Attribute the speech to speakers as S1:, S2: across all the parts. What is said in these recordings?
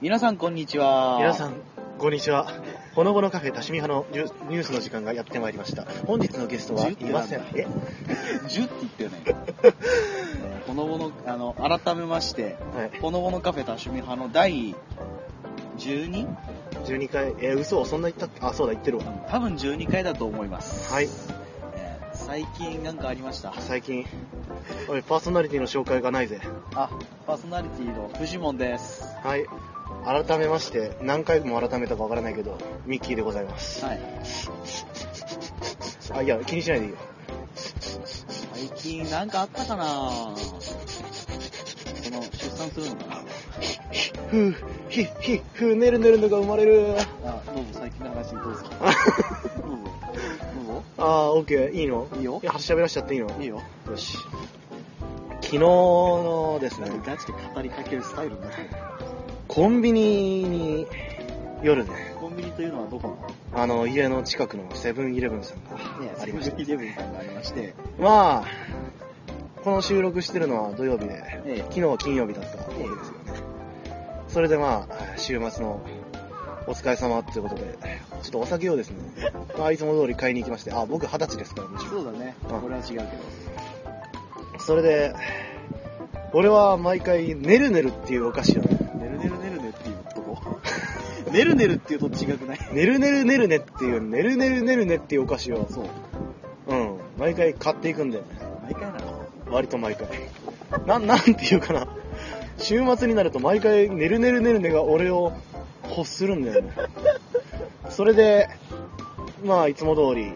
S1: 皆さんこんにちは。
S2: 皆さん、こんにちは。ほのぼのカフェ多趣味派のニューニュースの時間がやってまいりました。本日のゲストはいません。え
S1: 10って言ったよね。ほのぼの、あの、改めまして、
S2: はい。
S1: ほのぼのカフェ多趣味派の第 12?
S2: 12回、えー、嘘そんな言ったっけあ、そうだ、言ってるわ。
S1: 多分12回だと思います。
S2: はい。
S1: えー最近なんかありました
S2: 最近、おい、パーソナリティの紹介がないぜ。
S1: あ、パーソナリティのフジモンです。
S2: はい。改めまして、何回も改めたかわからないけど、ミッキーでございます。
S1: はい。
S2: あ、いや、気にしないでいいよ。
S1: 最近なんかあったかなこの、出産するのかな
S2: ふう、ひ、ひ、ふう、ねるねるのが生まれる。
S1: あ、どうぞ最近の話どうぞ。どうぞ。どう
S2: あー、オッケー、いいの
S1: ぞ。いいよ
S2: い。や、喋らしちゃっていいの
S1: いいよ。
S2: よし。昨日のです
S1: な
S2: ね
S1: ん、かガチで語りかけるスタイルになってる
S2: コンビニに夜ね、
S1: コンビニというのはどこなの
S2: あの家の近くのセブンイレブンさん
S1: ね
S2: が、あ
S1: セ
S2: り
S1: ブン
S2: ました。
S1: イレブンさんがありまして、
S2: まあ、この収録してるのは土曜日で、
S1: え
S2: 昨日は金曜日だったわけですよね。それでまあ、週末のお疲れ様ということで、ちょっとお酒をですね、 まあ、いつも通り買いに行きまして、あ、僕二十歳ですから、もちろ
S1: そうだね、
S2: うん
S1: 俺は違うけど。
S2: ん。それで、俺は毎回、ねるねるっていうお菓子をね、
S1: ねるねるねるねっていうとこ。 ねるねるっていうと違くない
S2: ねるねるねるねっていう、ねるねるねるねっていうお菓子を、
S1: そう。
S2: うん、毎回買っていくんだよね。
S1: 毎回なの。
S2: 割と毎回。な、 なんていうかな。週末になると毎回、ねるねるねるねが俺を欲するんだよね。それで、まあ、いつも通り、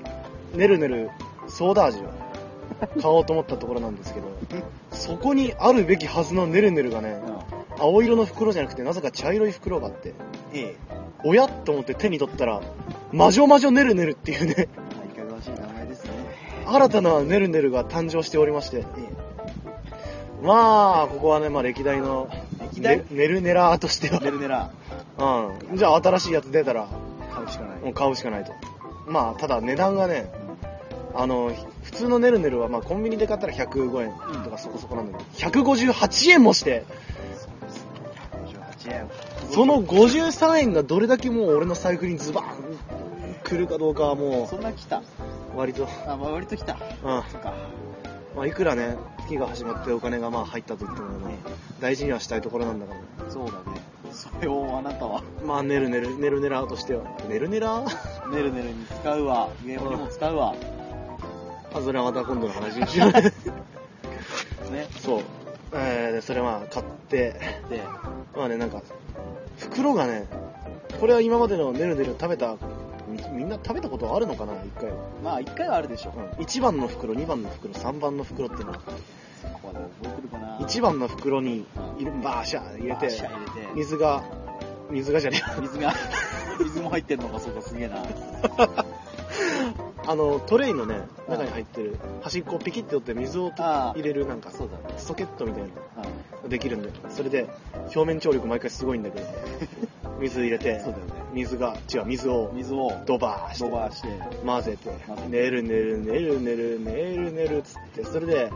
S2: ねるねるソーダ味を買おうと思ったところな んですけど、そこにあるべきはずのねるねるがね、青色の袋じゃなくて、なぜか茶色い袋があって、
S1: ええ。
S2: おやと思って手に取ったら、魔女魔女ねるねるっていうね、
S1: まあいかがわしい名前です ね。
S2: 新たなねるねるが誕生しておりまして、
S1: ええ。
S2: まあ、ここはね、まあ、歴代の、
S1: 歴代
S2: ねねるねらーとして
S1: ねるねら、
S2: は、 うん。じゃあ、新しいやつ出たら、
S1: 買うしかない。
S2: もう買うしかないと。まあ、ただ、値段がね、あの、ひ普通のねるねるは、まあ、コンビニで買ったら105円とかそこそこなんだけど、158円もして、
S1: 158円。
S2: その、53円がどれだけもう俺の財布にズバーン来るかどうかはも
S1: そんな来た
S2: う、割と、
S1: あ、まあ、割と来た。
S2: うん。
S1: そっか。
S2: まあ、いくらね、月が始まってお金がまあ入ったと言ってもね、大事にはしたいところなんだからね。
S1: そうだね。それをあなたは、
S2: まあ、ねるねる、ねるねらーとしては、ねるねらー
S1: ねるねるに使うわ、ゲームにも使うわ。
S2: あ、それはまた今度の話にしよう。
S1: ね。
S2: そう。えー、でそれまあ買って、
S1: で、
S2: まあね、なんか、袋がね、これは今までのねるねる食べた、みみんな食べたことあるのかな、一回は。
S1: まあ、一回はあるでしょ。
S2: うん、1番の袋、2番の袋、3番の袋ってのは、
S1: そこまで覚えてるかな。
S2: 1番の袋に入れ
S1: うん
S2: バーシャー入れ
S1: バーシャ
S2: て、
S1: 入れて
S2: 水が、水がじゃねえや
S1: 水が、 水も入ってんのか、そうか、すげえな。
S2: あの、トレイのね、中に入ってる、端っこをピキって折って水を
S1: あ
S2: 入れるなんか、
S1: そうだね。
S2: ソケットみたいな。できるんだよそれで表面張力毎回すごい んだけど水入れて
S1: そうだよね。
S2: 水が違う水を
S1: 水を
S2: ドバーし
S1: ド
S2: て
S1: バーして、
S2: 混ぜて
S1: 混ぜて
S2: 練る練る練る練る練る練るっつってそれで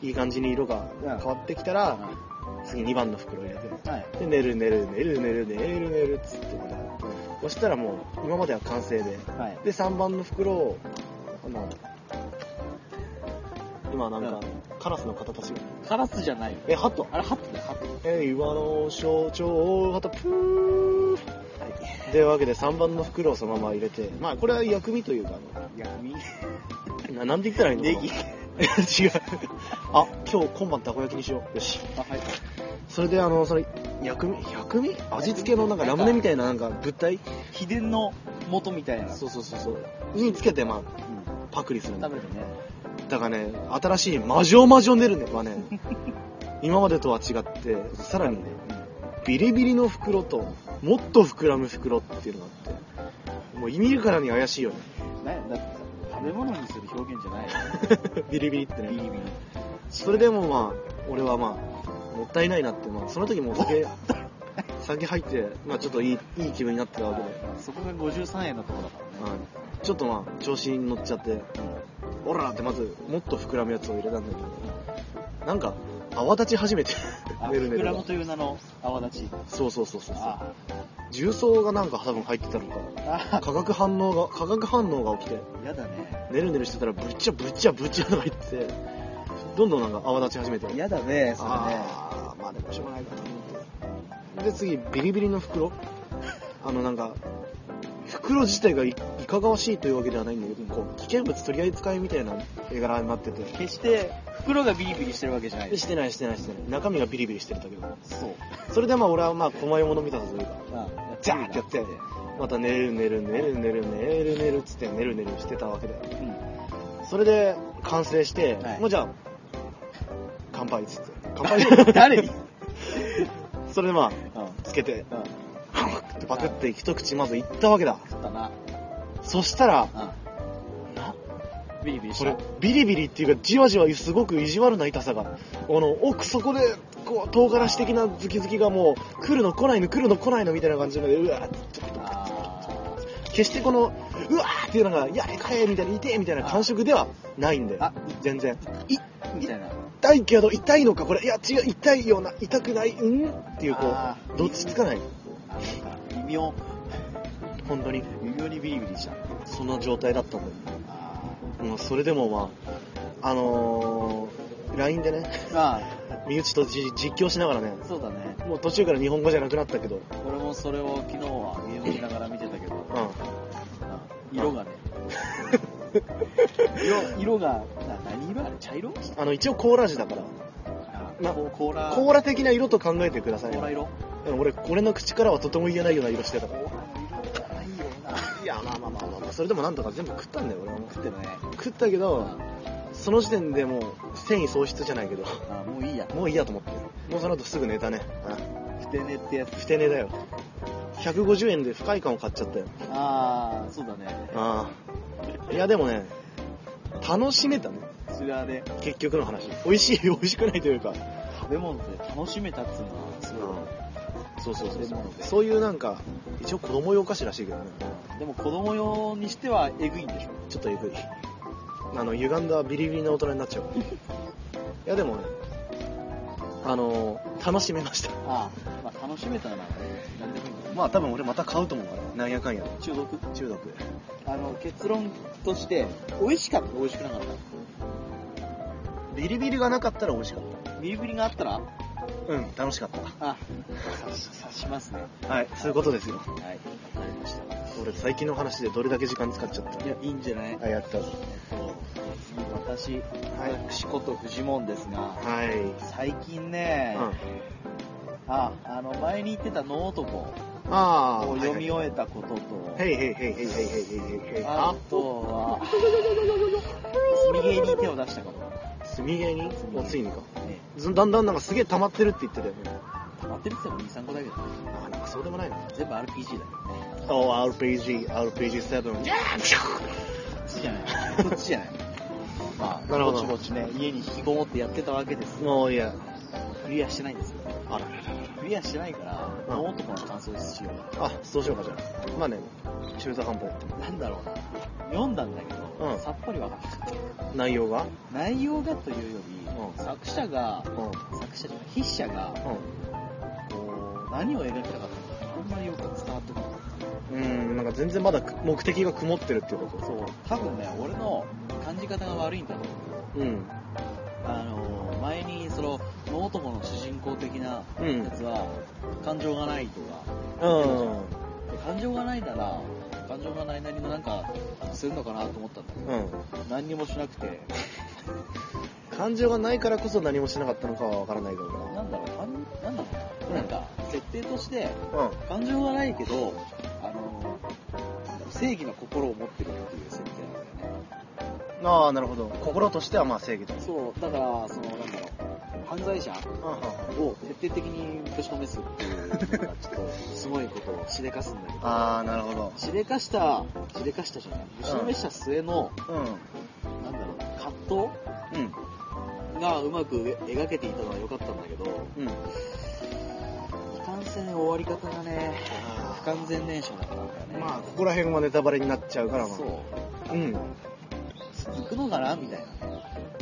S2: いい感じに色が変わってきたら
S1: は
S2: 次2番の袋入れて
S1: い。はい。
S2: で練る練る練る練る練る練るっつってまたそしたらもう今までは完成で
S1: はい。
S2: で3番の袋をあの今なんかカラスの方たちが
S1: カラスじゃないよ。
S2: えハト
S1: あれ、ハトだよ、ハト。
S2: え岩の象徴大型プー
S1: はい。
S2: というわけで3番の袋をそのまま入れてまあこれは薬味というか
S1: 薬
S2: あのななんて言ったらいい
S1: 味
S2: の
S1: ネギ。
S2: 違うあ今日今晩たこ焼きにしようよし
S1: あ、はい。
S2: それであのそれ薬味薬味味付けのなんかラムネみたいななんか物体
S1: 秘伝の元みたいな。
S2: そうそうそうそうにつけてまあ
S1: うん。
S2: パクリするんだ
S1: 食べてね。
S2: だからね新しい魔女魔女ネルネはね今までとは違ってさらにねビリビリの袋ともっと膨らむ袋っていうのがあってもう見るからに怪しいよね
S1: ね、だってさ、食べ物にする表現じゃないよ。
S2: ビリビリって
S1: ビリ
S2: ね
S1: ビリ。
S2: それでもまあ俺はまあもったいないなって、まあ、その時もお酒酒入って、まあ、ちょっといいいい気分になってたわけで、
S1: そこが53円のとこだから
S2: は
S1: ね。
S2: いちょっとまあ調子に乗っちゃって「オラ!」ってまずもっと膨らむやつを入れたんだけどなんか泡立ち始めて
S1: うん あ、
S2: ねるね
S1: ク
S2: る
S1: ラ
S2: が
S1: ブという名の泡立ち。
S2: そうそうそうそうそう
S1: あ
S2: 重曹がなんか多分入ってたのか
S1: あ、
S2: 化学反応が化学反応が起きて
S1: やだね。
S2: ねるねるしてたらぶっちゃぶっちゃぶっちゃとか言ってどんどんなんか泡立ち始めて
S1: やだね、それね。
S2: ああまあでもしょうがないかなと思ってで次ビリビリ の袋あのなんか袋自体がいいかがわしいというわけではないんだけどこう危険物取り扱いみたいな絵柄になってて
S1: 決して、袋がビリビリしてるわけじゃないです。
S2: してないしてないしてない中身がビリビリしてるんだけど
S1: そう。
S2: それでまあ俺はまあ細いもの見たというか
S1: ああや
S2: ジャーってやってまた寝る寝る寝る寝る寝る寝るっつって寝る寝るしてたわけだよ
S1: うん。
S2: それで完成して、
S1: はい
S2: もうじゃあ乾杯っつって 乾杯
S1: 誰に
S2: それでまあ
S1: うん。うん。
S2: つけて
S1: だ
S2: パクってパクって一口まずいったわけだ
S1: な。
S2: そしたら
S1: う。
S2: なん
S1: ビリビリした。
S2: これビリビリっていうかじわじわすごく意地悪な痛さがあの奥底でこう唐辛子的なズキズキがもう来るの来ないの来るの来ないのみたいな感じでうわーって
S1: あ
S2: 決してこのうわーっていうのがやれかえみたいな痛えみたいな感触ではないんだよ
S1: あ
S2: 全然
S1: ーみたいな。
S2: 痛いけど痛いのかこれいや違う痛いような痛くないうんっていうこ
S1: あ
S2: う
S1: ー
S2: どっちつかない
S1: あなんか微妙、
S2: 本当に
S1: 微妙にビリビリした。
S2: その状態だったんだよ
S1: あ
S2: もうそれでもまあ、あのー、LINE でね、
S1: ーあ
S2: 身内とじ実況しながらね、
S1: ー、そうだね。
S2: もう途中から日本語じゃなくなったけど、
S1: 俺もそれを昨日はゲームしながら見てたけど、
S2: う
S1: あ色がね、色色が、な何色あれ茶色
S2: ん。あの、一応コーラ味だから、
S1: あ
S2: な
S1: こうコーラ、
S2: コーラ的な色と考えてくだ
S1: コ
S2: さい
S1: ーラ
S2: ね。
S1: 色
S2: うん俺、これの口からはとても言えないような色してた
S1: コー
S2: から。
S1: ラの色じゃないよな。
S2: いや、まあまあまあまあまあ、それでもなんとか全部食ったんだよ、俺はもう。
S1: 食ってたね。
S2: 食ったけど、その時点でもう、繊維喪失じゃないけど、
S1: あーもういいや。
S2: もういいやと思って。もうその後すぐ寝たね。うん
S1: ふてねってやつ。
S2: ふて寝だよ。150円で不快感を買っちゃったよ。
S1: ああ、そうだね。
S2: ああ。いや、でもね、楽しめたね。
S1: それはね、
S2: 結局の話。美味しい、 美味しくないというか。
S1: 食べ物で楽しめたっていうのは、すごい。
S2: そうそうそう
S1: 食べ物で
S2: そういうなんか、一応子供用お菓子らしいけどね。
S1: でも子供用にしてはえぐいんでしょ
S2: ちょっとえぐい。あの、歪んだビリビリな大人になっちゃうから。いや、でもね、あのー楽しめました。
S1: ああ、まあ楽しめたらなんかね、何でもいいんだよ
S2: まあ多分俺また買うと思うから。なんやかんや。
S1: 中毒
S2: 中毒。
S1: あの、結論として、美味しかった、美味しくなかった。
S2: ビリビリがなかったら美味しかっ
S1: ビリビリがあったら、
S2: た。うん、楽しかっ
S1: あ、刺し刺しますね。は
S2: た。はい、そういうことですよ。
S1: い、わかりました。
S2: 俺最近の話でどれだけ時間使っちゃっ
S1: いや、いいんじゃない、
S2: た。あ、やった。
S1: えっと、次、私、
S2: い
S1: 私ことフジモンですが、
S2: はい。
S1: 最近ね、
S2: う
S1: あ、あの、前に言ってたノートコ
S2: ん、ああ。
S1: を読み
S2: よ
S1: 終えたことと、
S2: へいへいへいへいへいへいへいへい。
S1: あとは、積みゲーに手を出したかも。
S2: 炭芸に
S1: 積み毛
S2: もうついにか。
S1: ね、
S2: ずだんだんなんかすげえ溜まってるって言ってたよね。
S1: 溜まってるって言っても2、3個だけど、
S2: あ、なんかそうでもないな。
S1: 全部 RPG だけどね。
S2: お、RPG、RPG7。いや
S1: こっちじゃない。こっちじゃない。まあ、
S2: なるほ
S1: ぼ
S2: ど
S1: ちぼちね、家に引きこもってやってたわけです。
S2: もういいや。
S1: クリアしてないんですよ。
S2: あららら
S1: クリアしてないから、
S2: うん
S1: ノートコの感想ですよう。
S2: ら。あ、そうしようかじゃあ。まあね、中途半端やっても。
S1: なんだろうな。読んだんだけど、
S2: うん
S1: さっぱりわかんなかった。
S2: 内容が
S1: 内容がというより、
S2: うん
S1: 作者が、
S2: うん。うん。
S1: 作者じゃない、筆者が、こう、何を描きたかったのか、あんまりよく伝わってこなかっ
S2: うん、なんか全然まだ目的が曇ってるってこ
S1: た。そう。多分ね、俺の感じ方が悪いんだろう。
S2: と。うん。
S1: あの、前に、その、ノートコの主人公的な
S2: うん
S1: やつは、感情がないとか、
S2: うん。
S1: で感情がないなら感情がないなりのなんかするのかなと思ったんだけ
S2: うん。
S1: ど何にもしなくて
S2: 感情がないからこそ何もしなかったのかはわからないけどな。
S1: なんだろうかんなんだろう
S2: うん
S1: ななんか設定として
S2: うん。
S1: 感情がないけどあの正義の心を持ってるっていう設定なんだよね
S2: ああ、なるほど。心としてはまあ正義だ。
S1: そうだからそのなんだろう犯罪者を徹底的にぶちのめすっていうのがちょっとすごいことをしでかすんだけど
S2: ああ、なるほど。
S1: しでかしたしでかしたじゃないぶちのめした末の、
S2: う
S1: なんだろう葛藤
S2: ん。うん。
S1: がうまく描けていたのは良かったんだけど、
S2: うん。
S1: いかんせん終わり方がね、不完全燃焼だったんだよね。
S2: まあ、ここら辺はネタバレになっちゃうから、まあ。
S1: そう。
S2: うん。
S1: 続くのかなみたいな。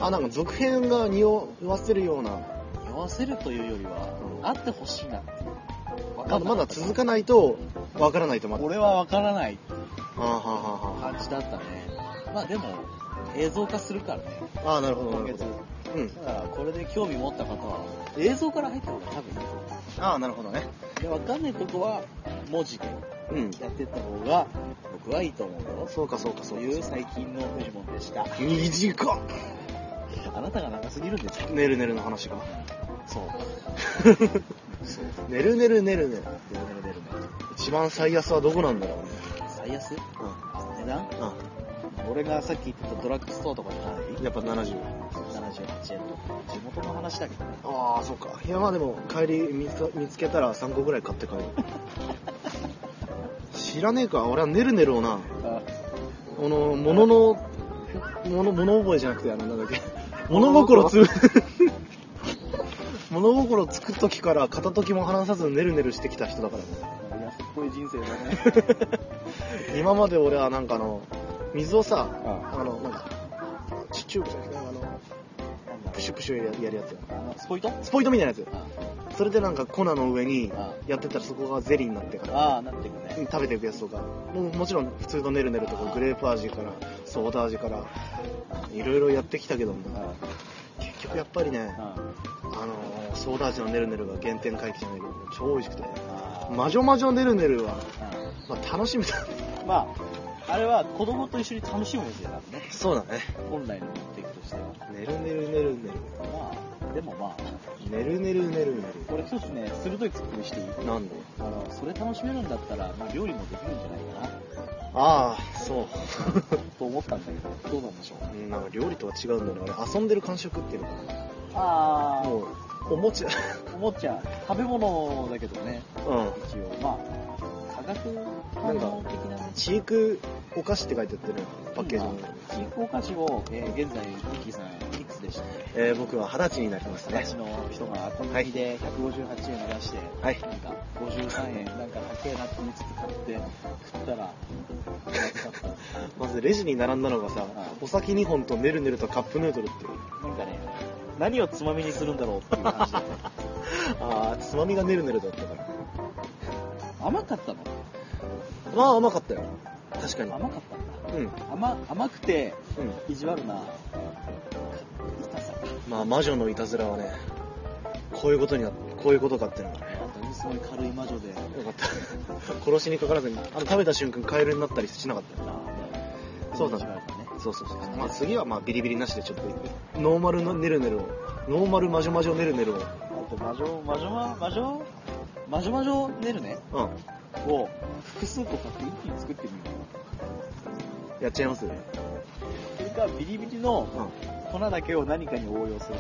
S2: あ、なんか続編が匂わせるような
S1: 合わせるというよりは、
S2: うん
S1: あってほしいなっていう。わ
S2: まだ
S1: ん
S2: ま
S1: なか
S2: だ
S1: った
S2: 続かないと、わからないとまた。
S1: 俺はわからない
S2: あーはーはーは
S1: 感じだったね。まあでも、映像化するからね、
S2: ーあー、なるほど、な
S1: 今
S2: るほ
S1: 月。
S2: ど。うん。
S1: だから、これで興味持った方は、映像から入った方が多分いいと思
S2: ああ、なるほどね。
S1: う。で、わかんないとこは、文字で
S2: うん。
S1: やってった方が、僕はいいと思うよ。
S2: そうか、そうか、そ
S1: そうう
S2: い
S1: いう
S2: う。
S1: 最近のフジモンでした。
S2: 短っ
S1: あなたが長すぎるんですよ。
S2: ねるねるの 話が。
S1: そう。そう。
S2: ねるねるねるね
S1: 出る出る出
S2: る。
S1: るね。
S2: 一番最安はどこなんだろうね。
S1: 最安
S2: う
S1: 値段
S2: ん。
S1: 俺がさっき言ってたドラッグストアとかじゃない
S2: うん。やっぱ
S1: ?78
S2: 70。
S1: 円とか。地元の話だけどね。
S2: ああ、そうか。いや、まあでも、帰り見つ見つけたら3個ぐらい買って 帰る。知らねえか。俺はねるねるをな、あの、ものの、もの、物覚えじゃなくて、あの、なんだっけ。物心つ、 物心つく時から片時も離さずねるねるしてきた人だからね。
S1: 安っぽい人生だね。
S2: 今まで俺はなんかあの、水をさ、
S1: あ
S2: あの、なんか、チチューブじゃなくて、なんかあの、プシュプシュやるやるやつ。
S1: あのスポイト
S2: スポイトみたいなや
S1: あ
S2: つ。それでなんか粉の上に
S1: あ
S2: やってたらそこがゼリーになってから、
S1: ああ、なってくね。
S2: 食べていくやつとか、もうもちろん普通のねるねるとか、グレープ味から、ソーダ味から、いろいろやってきたけども、
S1: あ
S2: 結局やっぱりね、
S1: あ
S2: あのー、ソーダ味のねるねるが原点回帰じゃないけど、超美味しくて。
S1: あ
S2: 魔女魔女ねるねるは、
S1: あ
S2: まあ楽しみだ。
S1: まあ、あれは子供と一緒に楽しむ店だね。
S2: そうだね。
S1: 本来の目的としては。
S2: ねるねるねるねる。
S1: まあ、でもまあ、
S2: ねるねるねるね
S1: 俺一つね、鋭いツッコミしていい
S2: る。なんで
S1: あの、それ楽しめるんだったら、まあ料理もできるんじゃないかな、
S2: ああ、そう。
S1: と思ったんだけど、どうなんでしょう。
S2: うんなんか料理とは違うんだよね。あれ遊んでる感触っていうのか
S1: あ
S2: な。もう、おもちゃ。
S1: おもちゃ、食べ物だけどね、
S2: うん。
S1: 一応、まあ、化学反応的なね、
S2: 飼育お菓子って書いてあってるパッケージの。
S1: 飼育お菓子を、えー現在、ミッキーさん、いくつでしたっけ
S2: えー、僕は二十歳になります
S1: 二
S2: ね
S1: 十。歳の人がコンビニで158円出して、
S2: はい
S1: なんか53円、なんか高えなって見つけ買って、食ったら、
S2: まずレジに並んだのがさ、お酒2本とねるねるとカップヌードルっていう。
S1: なんかね、何をつまみにするんだろうっていう感じで、
S2: ああ、つまみがねるねるだったから。
S1: 甘かったの
S2: まあ甘かったよ。確かに。
S1: 甘かったんだ。
S2: うん。
S1: 甘甘くて、
S2: うん。
S1: 意地悪な、痛さが。
S2: まあ魔女のいたずらはね、こういうことになっこういうことかっていうのがね。
S1: あとねすごい軽い魔女で、
S2: よかった。 殺しにかからずに、あの食べた瞬間カエルになったりしなかったよ。そうだね
S1: 意地悪ね。
S2: そうそうそう。まあ次はまあビリビリなしでちょっと、ノーマルのねるねるを、ノーマル魔女魔女ねるねるを、
S1: あと魔女、魔女魔、魔女、魔女魔女ネルね
S2: う
S1: を複数個買って一気に作ってみよう。
S2: ん、やっちゃいます
S1: それかビリビリの
S2: う
S1: 粉だけを何かに応用する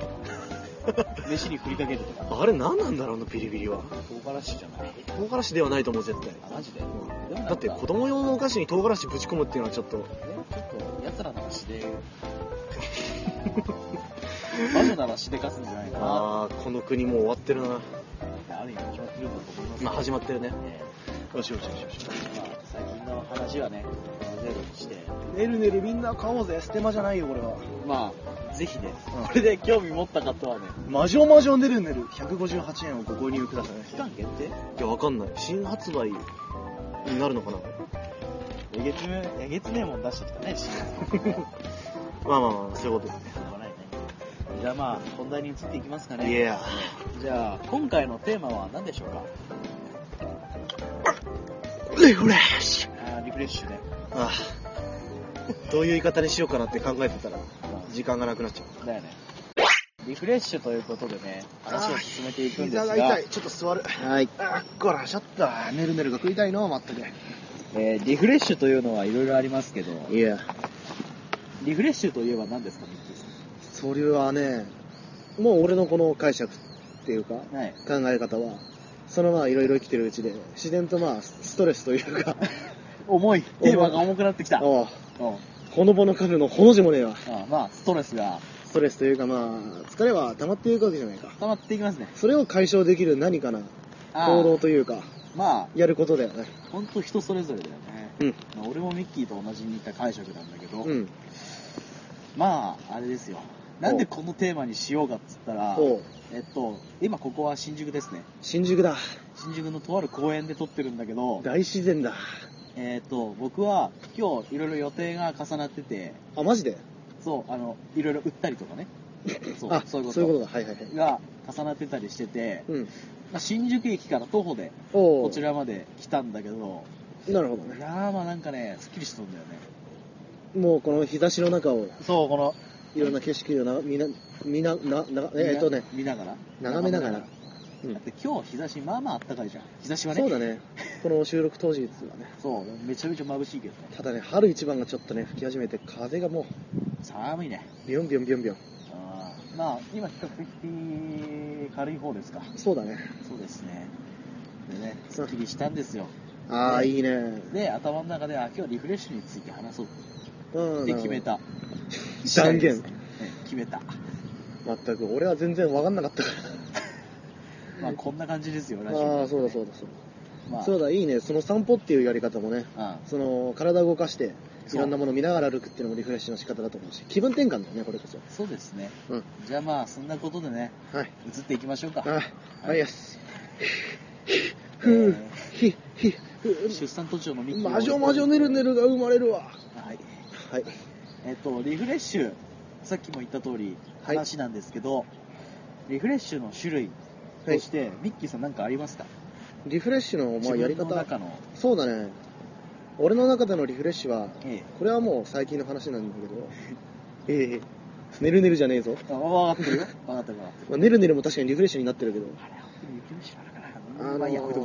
S1: とか飯に振りかけるとか
S2: ん。あれ何なんだろう、あのビリビリは。
S1: 唐辛子じゃない
S2: 唐辛子ではないと思う、絶対。
S1: あマジで
S2: うん
S1: でもなんか
S2: だって子供用のお菓子に唐辛子ぶち込むっていうのはちょっと、
S1: えちょっと奴らならしで 魔女ならしでかすんじゃないかな
S2: ああ、この国もう終わってるな。
S1: ってある意味決まってるんだと思いますけど
S2: まあ始まってるね。
S1: ね
S2: よしよしよしよし。
S1: まあ最近の話はねこの程度にして
S2: ねるねるみんな買おうぜ、ステマじゃないよ、これは。
S1: まあぜひね
S2: うん
S1: これで興味持った方はね
S2: 魔女魔女ねるねる、158円をご購入ください。
S1: 期間限定
S2: いや、わかんない。新発売になるのかな
S1: えげつねえげつねえもん出してきたね新
S2: まあまあまあ、そういうことですね。
S1: 買わないねじゃあまあ本題に移っていきますかね
S2: いや
S1: じゃあ今回のテーマは何でしょうか
S2: リフレッシュ
S1: あーリフレッシュね、
S2: ああどういう言い方にしようかなって考えてたら、時間がなくなっちゃう。
S1: だよねリフレッシュということでね話を進めていくんですが
S2: 膝が痛い。ちょっと座る。
S1: はい、
S2: あっこらしゃった。ねるねるが食いたいの、まったく。
S1: えーリフレッシュというのはいろいろありますけど
S2: いや、
S1: リフレッシュといえば何ですかミッキーさ
S2: それはね、もう俺のこの解釈っていうか、
S1: んはい
S2: 考え方は、そのまあいろいろ生きてるうちで、自然とまあストレスという か、
S1: 重い
S2: 重い
S1: テーマが重くなってきたうん
S2: おうほのぼのカフェのほの字もねえわ。
S1: あまあストレスが
S2: ストレスというかまあ、疲れは溜まっていくわけじゃないか。
S1: 溜まっていきますね
S2: それを解消できる何かな、
S1: あー
S2: 行動というか、
S1: まあ
S2: やることだよね。
S1: 本当人それぞれだよね、
S2: うん。
S1: まあ俺もミッキーと同じにいた解釈なんだけど、
S2: うん。
S1: まああれですよなんでこのテーマにしようかっつったら、
S2: おう
S1: えっと、今ここは新宿ですね。
S2: 新宿だ。
S1: 新宿のとある公園で撮ってるんだけど、
S2: 大自然だ。
S1: えっと、僕は今日いろいろ予定が重なってて、
S2: あ、マジで
S1: そう、あの、いろいろ売ったりと かね。そう
S2: あ、
S1: そういうこと
S2: そういうことだ。はいはいはい。
S1: が重なってたりしてて、
S2: うん。
S1: まあ新宿駅から徒歩で
S2: おう
S1: こちらまで来たんだけど、
S2: なるほど
S1: い
S2: ね。
S1: やーまあなんかね、すっきりしとんだよね。
S2: もうこの日差しの中を、
S1: そう、この、
S2: いろんな景色をな、みな、みな、な、な、えっとね、
S1: 見ながら
S2: 眺めながら。うん
S1: だって今日日差しまあまああったかいじゃん。日差しはね。
S2: そうだね。この収録当日はね。
S1: そうめちゃめちゃ眩しいけどね。
S2: ただね、春一番がちょっとね、吹き始めて、風がも
S1: 寒いね。
S2: う、ビヨンビヨンビヨンビヨン。
S1: あーまあ、今比較的軽い方ですか。
S2: そうだね。
S1: そうですね。でね、すっきりしたんですよ。
S2: ああ、
S1: ね
S2: いいね。
S1: で、頭の中で、あ、今日リフレッシュについて話そう
S2: うん。
S1: って決めた。
S2: 断言
S1: 次第ですねえ決めた。
S2: なるほど。全く、俺は全然わかんなかったから。
S1: まあ、こんな感じですよ、ラジオ、
S2: ああ、そうだそうだそう
S1: まあ、
S2: だ。そうだ、いいね。その散歩っていうやり方もね、
S1: あ
S2: その、体を動かして、い
S1: そう
S2: ろんなものを見ながら歩くっていうのもリフレッシュの仕方だと思うし、気分転換だよね、これこそ。
S1: そうですね。
S2: うん。
S1: じゃあまあ、そんなことでね、
S2: はい。
S1: 移っていきましょうか。
S2: あ、は、
S1: はいい
S2: よし。ふう、ひ、ひ、
S1: 出産途中のミッキー
S2: 魔女魔女ねるねるが生まれるわ。
S1: はい。
S2: はい。
S1: えっと、リフレッシュ、さっきも言った通り、
S2: はい
S1: 話なんですけど、リフレッシュの種類として、ミッキーさんなんかありますか
S2: リフレッシュの、まあ、やり
S1: 自分の
S2: 方。
S1: 中の、
S2: そうだね。俺の中でのリフレッシュは、
S1: え
S2: これはもう最近の話なんだけど、ええねるねるじゃねえぞ。
S1: え。あ、わかってるよ。わかってるわかってる。
S2: まあ、ねるねるも確かにリフレッシュになってるけど、
S1: あれ、本当にリフレッシュなのか
S2: あ
S1: な
S2: の
S1: まあいいや置いと
S2: ー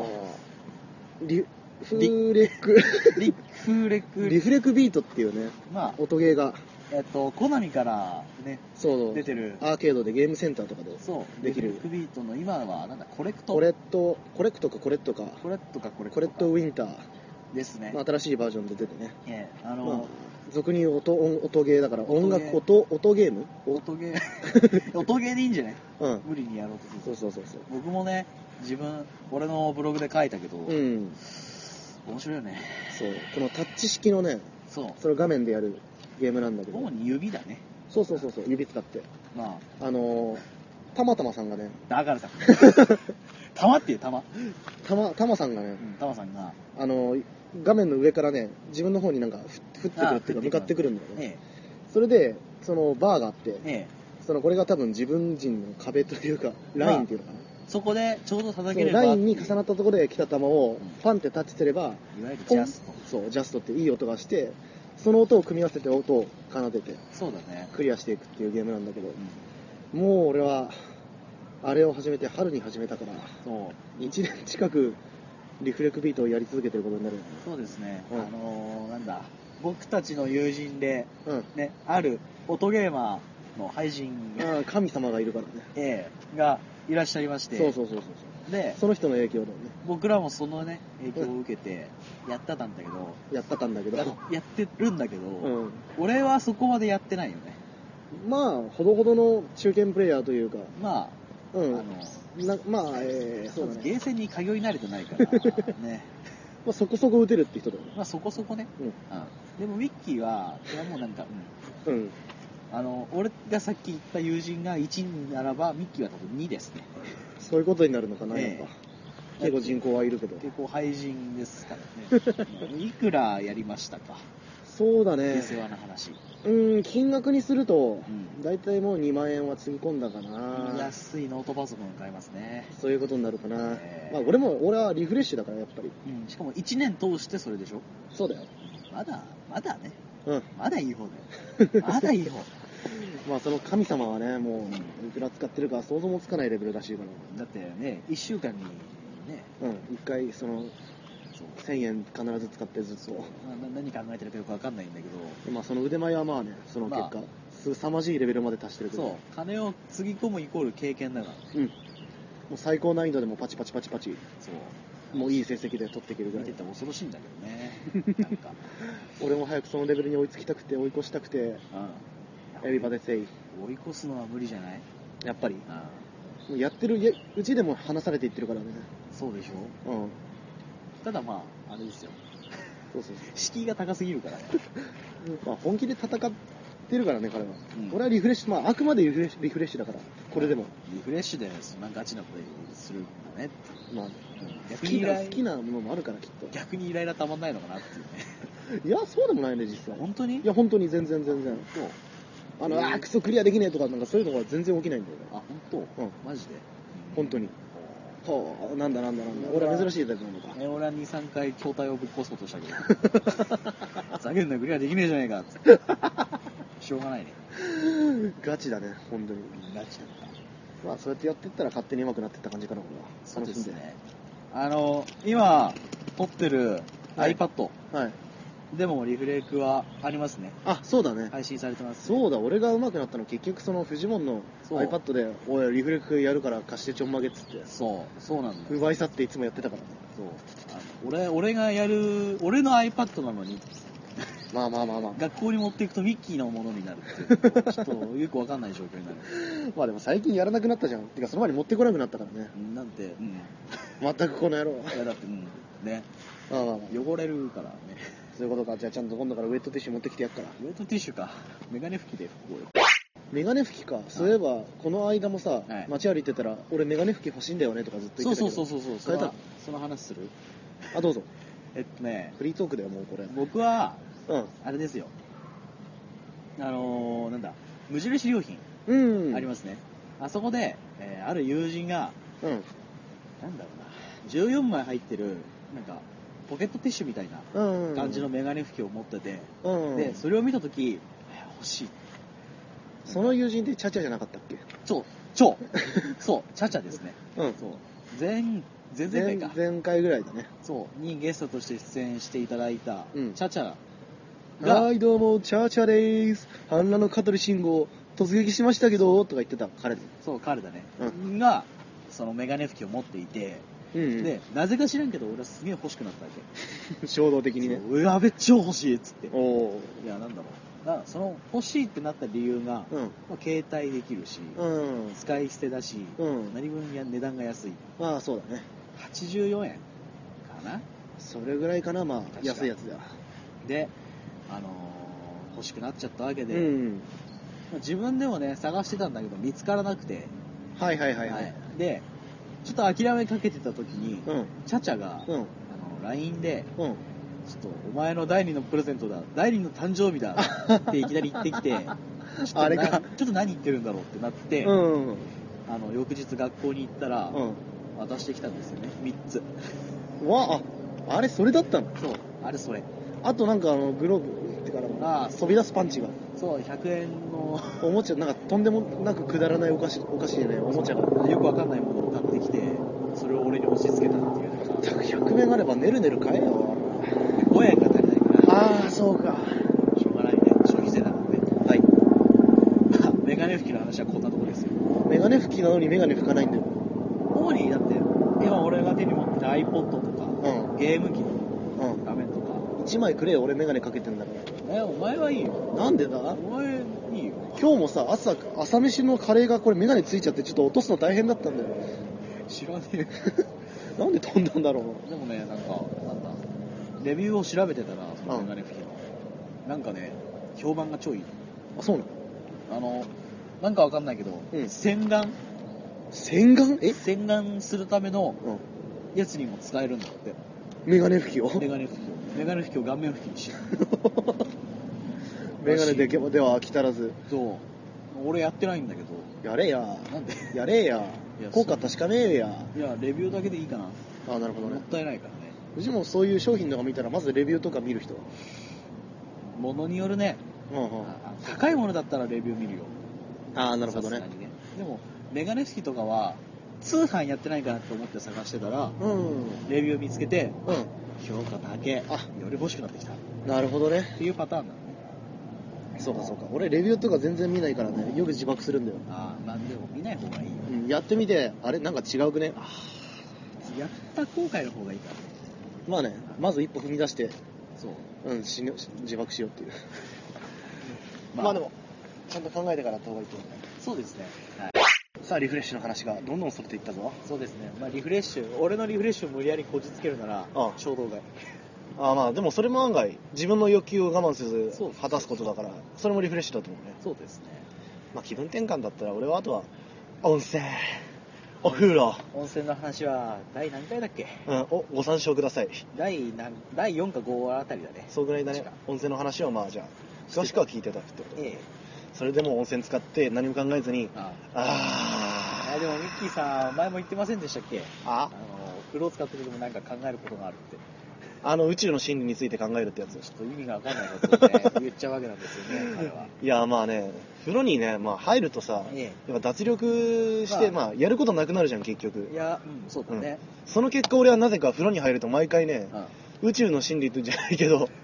S1: こ、
S2: リフレク、
S1: うリフレ
S2: リ
S1: ク、
S2: フレクビートっていうね、
S1: まあ、
S2: 音ゲーが、
S1: えっと、コナミからね、
S2: そう
S1: 出てる
S2: アーケードでゲームセンターとかで、
S1: そう、
S2: で
S1: リ
S2: き
S1: フ
S2: る
S1: レクビートの今は、なんだ、コレクト
S2: コレット、コレクトかコレットか、
S1: コレットかコレットか。
S2: コレットウィンター、
S1: ですね。
S2: まあ、新しいバージョンで出てね、
S1: ええ、あ
S2: まあ
S1: の、、
S2: 俗に言う音音音ゲーだから、
S1: 音
S2: 音
S1: ゲー
S2: 楽、音、音ゲーム
S1: 音ゲ ー、音ゲーでいいんじゃない
S2: うん。
S1: 無理にやろうとする
S2: そうそうそうそう。
S1: 僕もね自分俺のブログで書いたけど、
S2: うん。
S1: 面白いよね
S2: そう。このタッチ式のね、
S1: そう
S2: それ画面でやるゲームなんだけど
S1: 主、に指だね
S2: そうそうそうそう、指使って。
S1: まあ
S2: あのー、たまたまさんがね、
S1: だから さ玉っていう玉、
S2: たま、たまさんがね
S1: う、ん、玉さんが
S2: あのー、画面の上からね、自分の方になんかふ降ってくるっていうか、
S1: あ
S2: 向かってくるんだよ
S1: え
S2: ね。それで、そのバーがあって
S1: え、ええ
S2: そのこれが多分自分陣の壁というか、ラインっていうのかな。
S1: そこでちょうど叩
S2: そ
S1: け
S2: の
S1: れば
S2: ラインに重なったところで来た球を
S1: うん
S2: パンってタッチすれば、
S1: いわゆるジ
S2: ポン
S1: ャスト
S2: そう、ジャストっていい音がして、その音を組み合わせて音を奏でて、
S1: そうだね、
S2: クリアしていくっていうゲームなんだけど
S1: う、ん、
S2: もう俺は、あれを始めて、春に始めたから、
S1: そう
S2: 1年近く、リフレクビートをやり続けてることになるよね。
S1: そうですね、
S2: うん
S1: あのーなんだ僕たちの友人で
S2: うん。
S1: ねある音ゲーマーの配信が,、
S2: ああ、神様がいるからね。
S1: ええがいらっしゃいまして
S2: そうそうそうそう。
S1: で
S2: その人の影響でね、
S1: 僕らもそのね影響を受けてやってたんだけど、
S2: やったたんだけど
S1: や。やってるんだけど、
S2: うん。
S1: 俺はそこまでやってないよね
S2: まあ、ほどほどの中堅プレイヤーというか、
S1: まあ、
S2: う
S1: あの
S2: ん。なまあ、えー、そう
S1: ま
S2: だ
S1: ず
S2: ね。
S1: ゲーセンに通い慣れてないから ね
S2: まあ、そこそこ打てるって人だよね。
S1: まあそこそこね、
S2: うん
S1: でもウィッキーはこれはもうなんか、うん
S2: うん。
S1: あの俺がさっき言った友人が1ならばミッキーは多分2ですね
S2: そういうことになるのかな、やっ
S1: ええ
S2: ぱ。結構人口はいるけど。
S1: でこう廃人ですからねうんいくらやりましたか
S2: そうだね
S1: 下。世話な話、
S2: うーん、金額にすると、
S1: うん
S2: 大体もう2万円はつぎ込んだかな。
S1: 安いノートパソコン買いますね
S2: そういうことになるかな。
S1: ええ
S2: まあ、俺も、俺はリフレッシュだから、やっぱり。
S1: うん、しかも1年通してそれでしょ
S2: そうだよ。
S1: まだまだね
S2: うん。
S1: まだいい方だよまだいい方
S2: まあ、その神様はね、もう、いくら使ってるか想像もつかないレベルらしいか
S1: だってね1週間にね
S2: ら。うん。一回、その、
S1: そう
S2: 1000円必ず使ってずっと。
S1: なな何考えてるかよくわかんないんだけど
S2: まあ、その腕前はまあね、その結果、
S1: ま
S2: すさまじいレベルまで達してるけど、
S1: そう金をつぎ込むイコール経験だから
S2: もう最高難易度でもパチパチパチパチ、
S1: そう
S2: もういい成績で取っていけるぐ
S1: 見
S2: ら
S1: て
S2: い
S1: て、恐ろしいんだけどねなんか、
S2: 俺も早くそのレベルに追いつきたくて、追い越したくて、エビバ
S1: で
S2: デセイ、
S1: 追い越すのは無理じゃない、
S2: やっぱり、もうやってるやうちでも話されていってるからね、
S1: そうでしょ
S2: うん、
S1: ただまああれですよ
S2: そうそう
S1: 敷居が高すぎるから
S2: そう、まあ、本気で戦ってるからね、彼は。
S1: うん
S2: 俺はリフレッシュ、まあ、あくまでリフレッシュリフレッシュだから、これでも。
S1: リフレッシュでそんなガチなことするんだねって
S2: まあ、好
S1: 逆に
S2: き
S1: イ
S2: な、
S1: ラ
S2: 好
S1: イ
S2: きなものもあるから、きっと。
S1: 逆にイライラたまんないのかなっていうね
S2: いや、そうでもないね、実際。
S1: 本当に
S2: いや、本当に全然全然。
S1: そう
S2: あの、
S1: えー
S2: あークソクリアできねえとか、なんかそういうのが全然起きないんだよね。
S1: あ本当、
S2: ん
S1: マジで
S2: 本当に。はあ、なんだなんだなんだ。俺は珍しいタイプなのか。
S1: ね、俺は2、3回筐体をぶっ壊そうとしたけど、ざけんなクリアできねえじゃねえかっつって。しょうがないね。
S2: ガチだね、本当に。
S1: ガチだった。
S2: まあ、そうやってやってったら勝手に上手くなってった感じかな、俺は。
S1: そうで
S2: 楽しん
S1: す。ね。あの、今、撮ってる
S2: はい
S1: iPad
S2: はい。
S1: でもリフレークはありますね。
S2: あ、そうだね。
S1: 配信されてます、
S2: そうだ、俺が上手くなったの、結局そのフジモンの
S1: そう
S2: iPad で、おい、リフレックやるから貸してちょんまげっつって、
S1: そう、そうなんだよ。
S2: 奪い去っていつもやってたから。
S1: そうあの俺、俺がやる、俺の iPad なのに、
S2: まあまあまあまあ。
S1: 学校に持っていくとミッキーのものになるって いう、ちょっとよくわかんない状況になる。
S2: まあでも最近やらなくなったじゃん。てか、その前に持ってこなくなったからね。
S1: なんて、うん。
S2: 全くこの野郎。
S1: いやだって、うん。ね。
S2: まあまあまあ。
S1: 汚れるからね。
S2: そういうことか。じゃあちゃんと今度からウェットティッシュ持ってきてやっから。
S1: ウェットティッシュか。メガネ拭きで拭こ
S2: メガネ拭きか。そういえば、この間もさ
S1: はい、
S2: 街歩いてたら、俺メガネ拭き欲しいんだよねとかずっ
S1: う
S2: と
S1: よ。そ
S2: 言
S1: う
S2: ってた
S1: そ
S2: けど。
S1: うそうそうそう。そ
S2: 変え
S1: のその話する
S2: た。あ、どうぞ。
S1: えっとね、
S2: フリートークだよ、もうこれ。
S1: 僕は、
S2: うん。
S1: あれですよ。あのー、なんだ、無印良品
S2: うん。
S1: あり
S2: ま
S1: ますね。あそこで、えーある友人が、
S2: す。うん。
S1: なんだろうな、14枚入ってる、なんか、ポケットティッシュみたいな
S2: うん。
S1: 感じの。メガネ拭きを持ってて、
S2: うん。
S1: で、それを見たとき、えー欲しい。
S2: その友人ってチャチャじゃなかったっけ
S1: 超、 超、そう、チャチャですね。
S2: うん。
S1: そう。前、前々回か。
S2: 前前回ぐらいだね。
S1: そう、にゲストとして出演していただいた、
S2: うん
S1: チャチャが、
S2: はい、どうも、チャーチャーでーす。反乱の香取慎吾、突撃しましたけど、とか言ってた、彼で。
S1: そう、彼だね、
S2: う
S1: が、そのメガネ拭きを持っていて、
S2: うん、
S1: で、なぜか知らんけど、俺はすげえ欲しくなったわけ。
S2: 衝動的にね。
S1: そううわ、べっちゃ欲しいっつって。
S2: おお
S1: いや、なんだろう。だからその欲しいってなった理由が、
S2: ー。
S1: まあ携帯できるし、
S2: うん。うん。
S1: 使い捨てだし、
S2: うん
S1: 何分や値段が安い。
S2: まあ、そうだね。
S1: 84円かな
S2: それぐらいかな、まあ
S1: 確、か
S2: 安いやつだ。
S1: で、あのー欲しくなっちゃったわけ
S2: う
S1: で、
S2: ん。
S1: まあ自分でもね、探してたんだけど、見つからなくて、
S2: はいはいはいは
S1: はいい。で、ちょっと諦めかけてた時に、
S2: うん。
S1: チャチャが、
S2: うん。
S1: あの LINE で、
S2: うん。
S1: ちょっとお前の第二のプレゼントだ、第二の誕生日だっていきなり言ってき て、ちょっとな
S2: あれか
S1: ちょっと何言ってるんだろうってなって、
S2: うん。
S1: あの翌日学校に行ったら、
S2: うん。
S1: 渡してきたんですよね、3つ。
S2: うわ、あ、あれ、それだったの
S1: そう、あれそれ。
S2: あとなんか、あの、グローブってからも、
S1: あ
S2: 飛び出すパンチが。
S1: そう、100円の
S2: おもちゃ、なんか、とんでもなくくだらないお菓子、お菓子でね、おもちゃが。
S1: よくわかんないものを買ってきて、それを俺に押し付けたっていう、なんか、
S2: 100円あれば、ねるねる買えよ。
S1: 5円が足りないから、
S2: ああ、そうか。
S1: しょうがないね、消費税だからね。
S2: はい。
S1: まあ メガネ拭きの話はこんなとこですよ。
S2: メガネ拭きなのにメガネ拭かないんだよ。
S1: 主にだって、今俺が手に持ってる iPod と
S2: う
S1: か、ゲーム機の
S2: ん。うん。
S1: 画面とか、
S2: 1枚くれよ、俺メガネかけてんだから。
S1: え、お前はいいよ。
S2: なんでだ
S1: お前いいよ。
S2: 今日もさ、朝、朝飯のカレーがこれメガネついちゃってちょっと落とすの大変だったんだよ。
S1: 知らねえよ。
S2: なんで飛んだんだろう。
S1: でもね、なんか、なんだ、レビューを調べてたら、その
S2: うん
S1: メガネ拭きの。なんかね、評判が超いい。
S2: あ、そうなの
S1: あの、なんかわかんないけど、
S2: うん
S1: 洗顔、
S2: 洗顔え
S1: 洗顔するための
S2: うん。
S1: やつにも使えるんだ って。
S2: メガネ拭きを。
S1: メガネ拭きを。メガネ拭きを顔面拭きにして。
S2: メガネでけばでは飽き足らず。
S1: そう。俺やってないんだけど、
S2: やれや。
S1: なんで
S2: やれや
S1: いや。
S2: 効果確かねえや。
S1: いや、レビューだけでいいかな。
S2: あ、なるほど
S1: もっ
S2: ね。
S1: たいないからね。
S2: うちもそういう商品とか見たら、まずレビューとか見る人は。
S1: ものによるね、
S2: うんうん。
S1: あ高いものだったらレビュー見るよ。
S2: ああ、なるほど
S1: さす
S2: ね
S1: が。にでも、メガネ式とかは、通販やってないかなって思って探してたら、
S2: うん。
S1: レビュー見つけて、
S2: うん。
S1: 評価だけ、
S2: あ
S1: より欲しくなってきた。っ
S2: なるほどね。
S1: ていうパターンなのね。
S2: そうかそうか。俺レビューとか全然見ないからね、よく自爆するんだよ。
S1: ああ、まあでも見ない方がいいよ。
S2: うん、やってみて、あれなんか違うくねあ
S1: やった後悔の方がいいからね。
S2: まあね、まず一歩踏み出して、
S1: そう。
S2: うん、死ぬ、自爆しようっていう。まあ、で。も、ちゃんと考えてからやった方がいいと思うね。
S1: そうですね。はい。
S2: さあ、リフレッシュの話がどんどんそれていったぞ。
S1: そうですね。まあリフレッシュ、俺のリフレッシュを無理やりこじつけるなら
S2: ああ、
S1: 衝動買い。
S2: あーまあでもそれも案外自分の欲求を我慢せず
S1: そうそう
S2: 果たすことだからそれもリフレッシュだと思うね
S1: そうですね
S2: まあ気分転換だったら俺はあとは温泉お風呂、
S1: 温泉の話は第何回だっけ
S2: うん、おご参照ください
S1: 第何第4か5あたりだね
S2: そうぐらいだね
S1: 確か
S2: 温泉の話をまあじゃあ詳しくは聞いてたってこと
S1: ええ
S2: それでもう温泉使って何も考えずに
S1: ああ
S2: あ
S1: いやでもミッキーさん前も言ってませんでしたっけ
S2: ーあ
S1: あの風呂を使ってるでもなんか考えることがあるって
S2: あの宇宙の真理について考えるってやつ
S1: ちょっと意味がわかんないこと をね言っちゃうわけなんですよね彼はい
S2: やまあね風呂にね、まあ、入るとさ
S1: え
S2: やっぱ脱力して、まあ、やることなくなるじゃん結局
S1: えいやうんそうだね、
S2: その結果俺はなぜか風呂に入ると毎回ね
S1: うん
S2: 宇宙の真理ってじゃないけど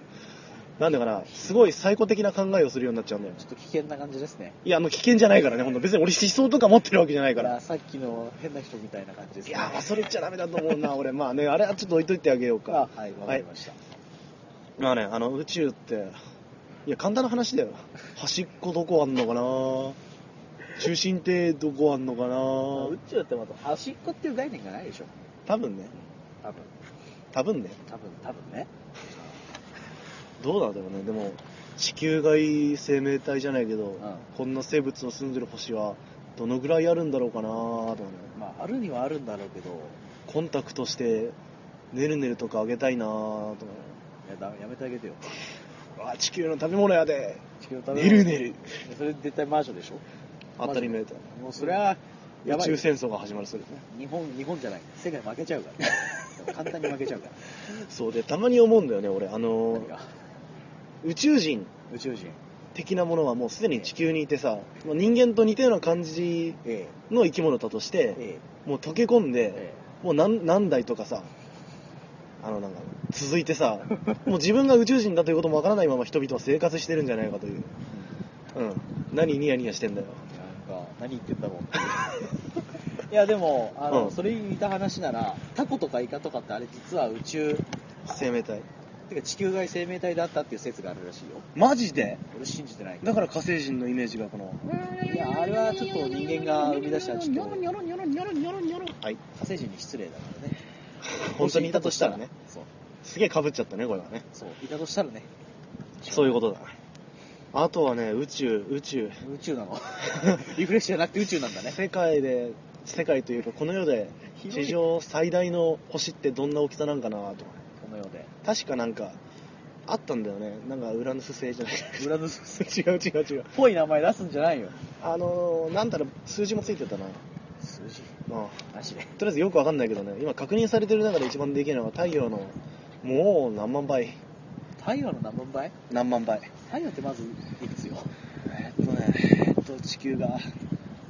S2: なんだかなすごい最古的な考えをするようになっちゃうんだよ
S1: ちょっと危険な感じですね
S2: いやあの危険じゃないからねほんと別に俺思想とか持ってるわけじゃない
S1: だ
S2: から
S1: らさっきの変な人みたいな感じです
S2: い
S1: ね
S2: やーそれ言っちゃダメだと思うな俺まあねあれはちょっと置いといてあげようか
S1: あはいわかりました、
S2: まあねあの宇宙っていや簡単な話だよ端っこどこあんのかな中心ってどこあんのか
S1: 宇
S2: な
S1: 宙ってまた端っこっていう概念がないでしょ
S2: 多分ね
S1: 多分
S2: 多分ね
S1: 多分多分ね
S2: どうなんだろうねでも地球外生命体じゃないけど、
S1: ん
S2: こんな生物の住んでる星はどのぐらいあるんだろうかなとかね
S1: まああるにはあるんだろうけど
S2: コンタクトしてねるねるとかあげたいなとかね
S1: いやだやめてあげてよ
S2: あ地球の食べ物やで
S1: 地球のため
S2: ね
S1: に
S2: るねる
S1: それ絶対魔女でしょ
S2: 当たり前だよ
S1: もうそれはや
S2: 宇
S1: ばい
S2: 宙戦争が始まるそれね
S1: 日本日本じゃない世界負けちゃうから簡単に負けちゃうから
S2: そうでたまに思うんだよね俺あの
S1: 何が
S2: 宇宙人
S1: 宇宙人
S2: 的なものはもうすでに地球にいてさもう人間と似たような感じ
S1: え
S2: の生き物だとし
S1: え
S2: て
S1: え
S2: もう溶け込ん
S1: え
S2: で
S1: え
S2: もう何何代とかさあのなんか続いて さもう自分が宇宙人だということもわからないまま人々は生活してるんじゃないかといううん何ニヤニヤしてんだよ
S1: えなんか何言ってんだろうっていう いやでもあの、
S2: うん
S1: それに似た話ならタコとかイカとかってあれ実は宇宙
S2: 生命体
S1: てか地球外生命体だったっていう説があるらしいよ
S2: マジで
S1: 俺信じてないけど
S2: だから火星人のイメージがこの
S1: いやあれはちょっと人間が生み出したちょっと火
S2: はい
S1: 星人に失礼だからね
S2: 本当にいたとしたらね
S1: そう
S2: すげえかぶっちゃったねこれはね
S1: そういたとしたらね
S2: そういうことだ。あとはね、宇宙、宇宙。
S1: 宇宙 なのリフレッシュじゃなくて宇宙なんだね
S2: 世界で、世界というか、この世で
S1: 広い
S2: 地上最大の星ってどんな大きさなんかなとか。
S1: この世で
S2: 確かなんか、あったんだよね。なんか、ウラヌス星じゃない。
S1: ウラヌス
S2: 違う違う違う。
S1: っぽい名前出すんじゃないよ
S2: あのー、なんだろう、数字もついてたな。
S1: 数字
S2: まあ、
S1: マジで
S2: とりあえずよくわかんないけどね、今確認されてる中で一番できるのは太陽の、もう何万倍。
S1: 太陽の何万倍
S2: 何万倍。
S1: 太陽ってまずいくつよ
S2: えっとね、えっと、地球が、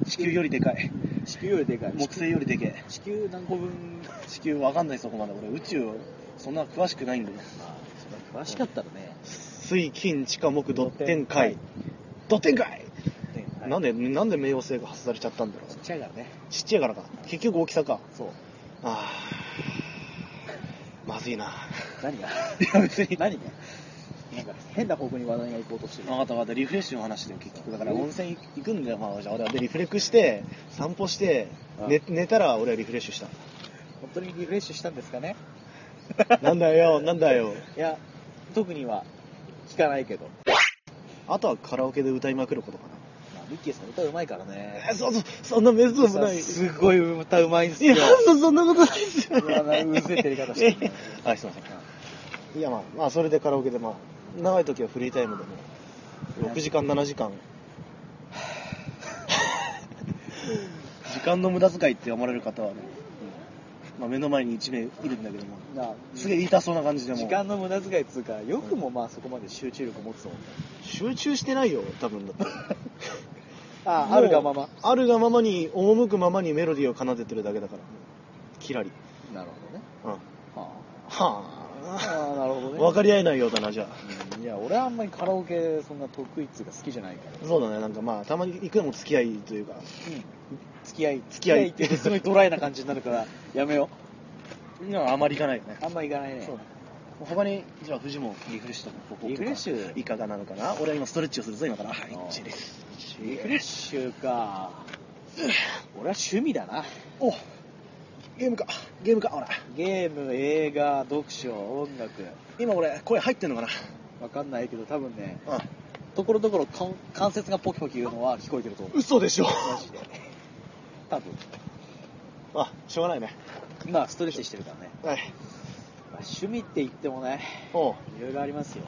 S2: 地球よりでかい。
S1: 地球よりでかい
S2: 木星よりでけえ。
S1: 地球何個分
S2: 地球わかんないそこまで俺宇宙そんな詳しくないんだよ
S1: まあそれ詳しかったらね、
S2: 水金地下木土天海土天海、
S1: ねはい
S2: なんでなんで冥王星が発されちゃったんだろう
S1: ちっちゃいからね
S2: ちっちゃいからか結局大きさか
S1: そう
S2: あーまずいな
S1: 何が
S2: いや別に
S1: 何がなんか変な方向に話題が行こうとしてる
S2: 分かった分かったリフレッシュの話だよ結局だから
S1: うん
S2: 温泉行くんだよ、まあ、じゃあ俺はでリフレックして散歩して
S1: あ
S2: 寝寝たら俺はリフレッシュし
S1: 本当にリフレッシュしたんですかね
S2: たなんだよなんだよ
S1: いや特には聞かないけど、
S2: あとはカラオケで歌いまくることかな
S1: まあ、ミッキーさん歌うまいからね
S2: えそうそうそんな珍しくない
S1: すごい歌うまいんす
S2: いや
S1: よ、
S2: そんなことないですよ。
S1: うわなんかうぜえ照れ方 してる
S2: はい、すいません。いや、まあ、まあ、それでカラオケで、まあ、長い時はフリータイムでね、6時間、7時間。時間の無駄遣いって思われる方はね、まあ、目の前に1名いるんだけども、
S1: なあ
S2: すげえ痛そうな感じでもう
S1: 時間の無駄遣いっつうかよくもまあそこまで集中力持つもんね
S2: 集中してないよ、多分だって。
S1: あ
S2: もう
S1: ああるがまま
S2: あるがままに、赴くままにメロディーを奏でてるだけだから。キラリ。
S1: なるほどね
S2: うん。は
S1: はあ
S2: あ。
S1: ああなるほどね
S2: 分かり合えないようだな、じゃあ。
S1: うんいや俺はあんまりカラオケそんな得意っつうか好きじゃないから
S2: そうだね、なんかまあ、たまに行くのも付き合いというか、
S1: 付き合い
S2: 付き合い
S1: って言うとすごいドライな感じになる からやめよ
S2: あまり行かないよね
S1: う。あんま行かないね
S2: そう他に、じゃあ、藤もリフレッシュとかこうこう
S1: リフレッシュ
S2: いかがなのかな俺は今ストレッチをするぞ、今から。はい
S1: あ、ー
S2: チリス。
S1: リフレッシュか俺は趣味だな
S2: おゲームかゲームかほら
S1: ゲーム、映画、読書、音楽。
S2: 今俺声入ってんのかな
S1: わかんないけど、多分ね、
S2: うん
S1: ところどころかん関節がポキポキ言うのは聞こえてると思う。
S2: 嘘でしょ
S1: マジで。多分。
S2: あしょうがないね
S1: まあ、ストレッチしてるからね。
S2: はい
S1: まあ趣味って言ってもね、
S2: おう
S1: いろいろありますよ。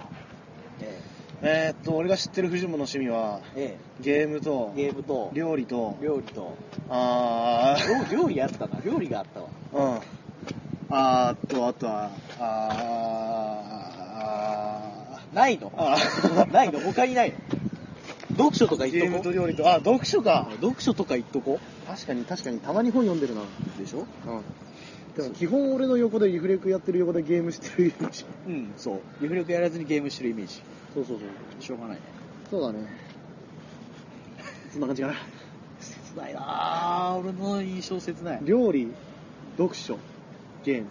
S1: え
S2: えー、っと俺が知ってる藤本の趣味は
S1: え、え
S2: ゲームと
S1: え、ゲームと、
S2: 料理と
S1: 料理と、
S2: あー
S1: 料料理あったな。料理があったわ。
S2: うんあーっとあとはあー
S1: ないの
S2: あ
S1: ないの他にないの読書とか
S2: あー
S1: 言っ
S2: ゲーム
S1: と
S2: と
S1: こ
S2: 料理とあ読書か
S1: 読書とか言っとこ
S2: 確かに確かにたまに本読んでるな
S1: でしょ
S2: うんでも基本俺の横でリフレクやってる横でゲームしてるイメージ
S1: うん、そう。リフレクやらずにゲームしてるイメージ。
S2: そうそうそう
S1: しょうがないね。
S2: そうだねそんな感じかな
S1: 切ないなぁ。俺の印象切ない。
S2: 料理読書ゲーム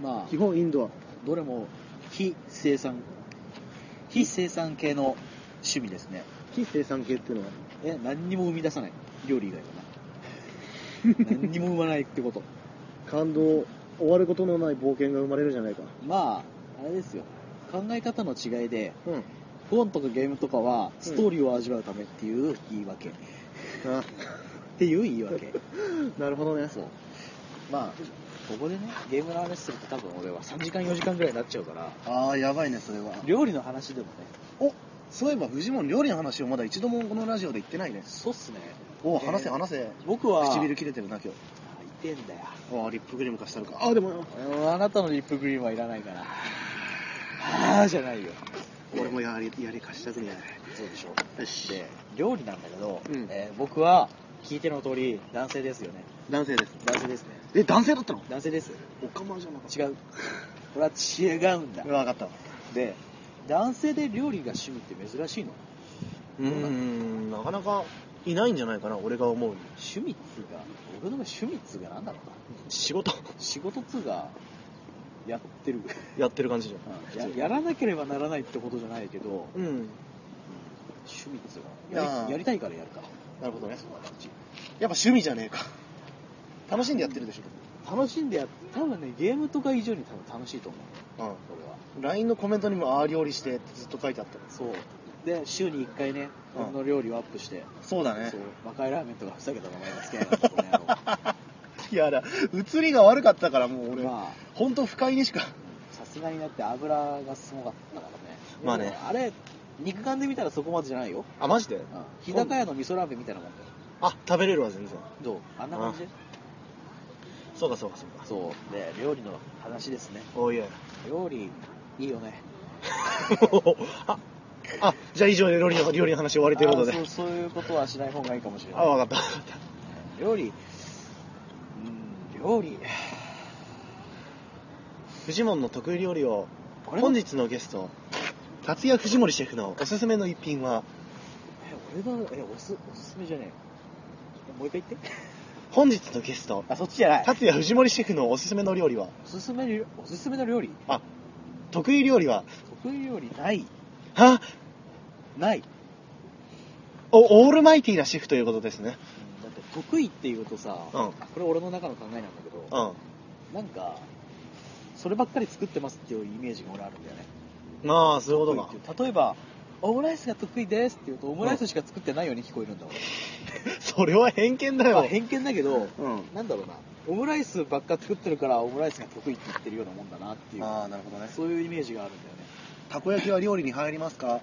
S1: ま
S2: 基
S1: あ、
S2: 本インドア
S1: どれも非生産、非生産系の趣味ですね。
S2: 非生産系っていうのは
S1: え、何にも生み出さない。料理以外は な。何にも生まないってこと。
S2: 感動終わることのない冒険が生まれるじゃないか
S1: まあ、あれですよ。考え方の違いで、
S2: うん
S1: 本とかゲームとかは、ストーリーを味わうためっていう言い訳。
S2: あ
S1: っていう言い訳。
S2: なるほどね
S1: そう。まあ、ここでね、ゲームの話すると多分俺は3時間4時間ぐらいになっちゃうから、
S2: ああやばいねそれは
S1: 料理の話でもね、
S2: おそういえばフジモン料理の話をまだ一度もこのラジオで言ってないね
S1: そうっすね。
S2: お
S1: えー
S2: 話せ話せ
S1: 僕は、
S2: 唇切れてるな今
S1: あいてんだよ。
S2: 日ああリップクリーム貸したのかああでも
S1: うんあなたのリップクリームはいらないから。ああじゃないよ。
S2: 俺もやりやり貸したくね
S1: そうでしょ
S2: よし
S1: で、料理なんだけど、
S2: うん
S1: えー僕は、聞いての通り、男性ですよね。
S2: 男性です
S1: 男性ですね。
S2: え男性だったの
S1: 男性です。
S2: おかまじゃなか
S1: 違う。 これは違うんだ。
S2: 分かった
S1: で、男性で料理が趣味って珍しいの
S2: うーんなかなかいないんじゃないかな俺が思うに
S1: 趣味っつうか、俺の場合趣味っつうかなんだろうな。
S2: 仕事
S1: 仕事っつうか、やって る。
S2: やってる感じじゃん
S1: ややらなければならないってことじゃないけど、
S2: うん
S1: 趣味っつうか
S2: い
S1: や
S2: やー
S1: り、やりたいからやるか。
S2: なるほどねやっぱ趣味じゃねえか楽しんでやってるでし
S1: 楽しんでやっ多分ね、ゲームとか以上に多分楽しいと思う、
S2: ょ
S1: 俺は。
S2: うん LINE のコメントにも「ああ料理して」ってずっと書いてあった
S1: そう。で、週に1回ね、
S2: うん
S1: 俺の料理をアップして、
S2: そうだ
S1: そう、魔界ラーメンとかふざけた名前が好きなんだけど、この野郎
S2: いやだ映りが悪かったからもう俺は
S1: まあ、
S2: 本当不快にしか
S1: さすがになって油がすごかったからね。
S2: まあね
S1: でもあれ、肉眼で見たらそこまでじゃないよ。
S2: あマジで
S1: うん日高屋の味噌ラーメンみたいなもんだよ。
S2: あ食べれるわ全然
S1: どうあんな感じで
S2: そうかそうかそうか
S1: そう。で、料理の話ですね。
S2: おいや
S1: 料理、いいよね。
S2: ああじゃあ以上で料理の料理の話終わりということで
S1: あーそうそういうことはしない方がいいかもしれな
S2: あ
S1: い。
S2: わかったわかった
S1: 料理、うん、料理。
S2: フジモンの得意料理を
S1: これ
S2: 本日のゲスト達也藤森シェフのおすすめの一品は
S1: え、俺の、え、おす、おすすめじゃねえよもう一回言って。
S2: 本日のゲスト
S1: あ、そっちじゃない。
S2: 達也藤森シェフのおすすめの料理は
S1: おすすめ料、おすすめの料理
S2: 得意料理は
S1: 得意料理ない。
S2: あ
S1: ない。うん
S2: おオールマイティーなシェフということですね
S1: だって得意っていうとさ、
S2: うんうん
S1: これ俺の中の考えなんだけど、
S2: ま
S1: なんか、そればっかり作ってますっていうイメージが俺あるんだよね。
S2: あそういうことか
S1: 得意っていう例えば、オムライスが得意ですって言うと、オムライスしか作ってないように聞こえるんだ、
S2: それは偏見だ
S1: 俺。まあ
S2: よ
S1: 偏見だけど、
S2: うん
S1: なんだろうな、オムライスばっか作ってるから、オムライスが得意って言ってるようなもんだなっていう、
S2: ああなるほどね
S1: そういうイメージがあるんだよね。
S2: たこ焼きは料理に入りますか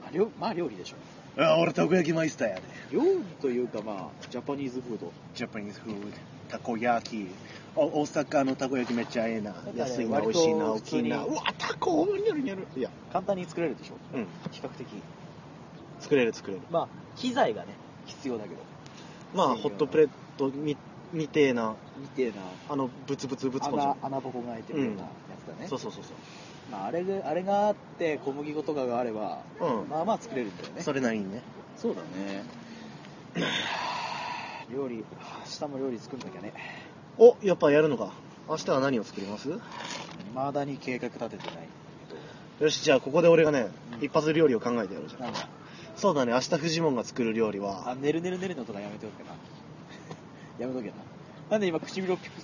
S1: まあ料まあ、料理でしょ。
S2: あ俺たこ焼きマイスターやで
S1: 料理というか、まあ、ジャパニーズフード。
S2: ジャパニーズフードたこ焼きお大阪のたこ焼きめっちゃええな
S1: ね
S2: 安いな美味しいな大
S1: 割と普
S2: き
S1: 通
S2: い
S1: に
S2: なうわたこおにゃるにゃるいや
S1: 簡単に作れるでしょ。
S2: うん
S1: 比較的。
S2: 作れる作れる
S1: まあ、機材がね、必要だけど。
S2: まあ
S1: そういう
S2: ホ
S1: ような
S2: ットプレートみみてえな
S1: 見てえな、
S2: あのブツブツブツコじゃ
S1: 穴
S2: ん、
S1: 穴ぼこが開いてるようなやつだね。
S2: そうそうそうそ
S1: まあ、あれで、あれがあって、小麦粉とかがあれば、
S2: ううん、
S1: まあまあ作れるんだよね。
S2: それなりにね
S1: そうだね。 料理、明日も料理作んなきゃね。
S2: おやっぱやるのか明日は何を作ります
S1: まだに計画立ててない。
S2: よしじゃあここで俺がね、
S1: うん
S2: 一発料理を考えてやろうじゃん
S1: なんだ
S2: そうだね明日フジモンが作る料理は
S1: あ、ねるねるねるのとかやめとけな。やめとけな。なんで今唇をピクッ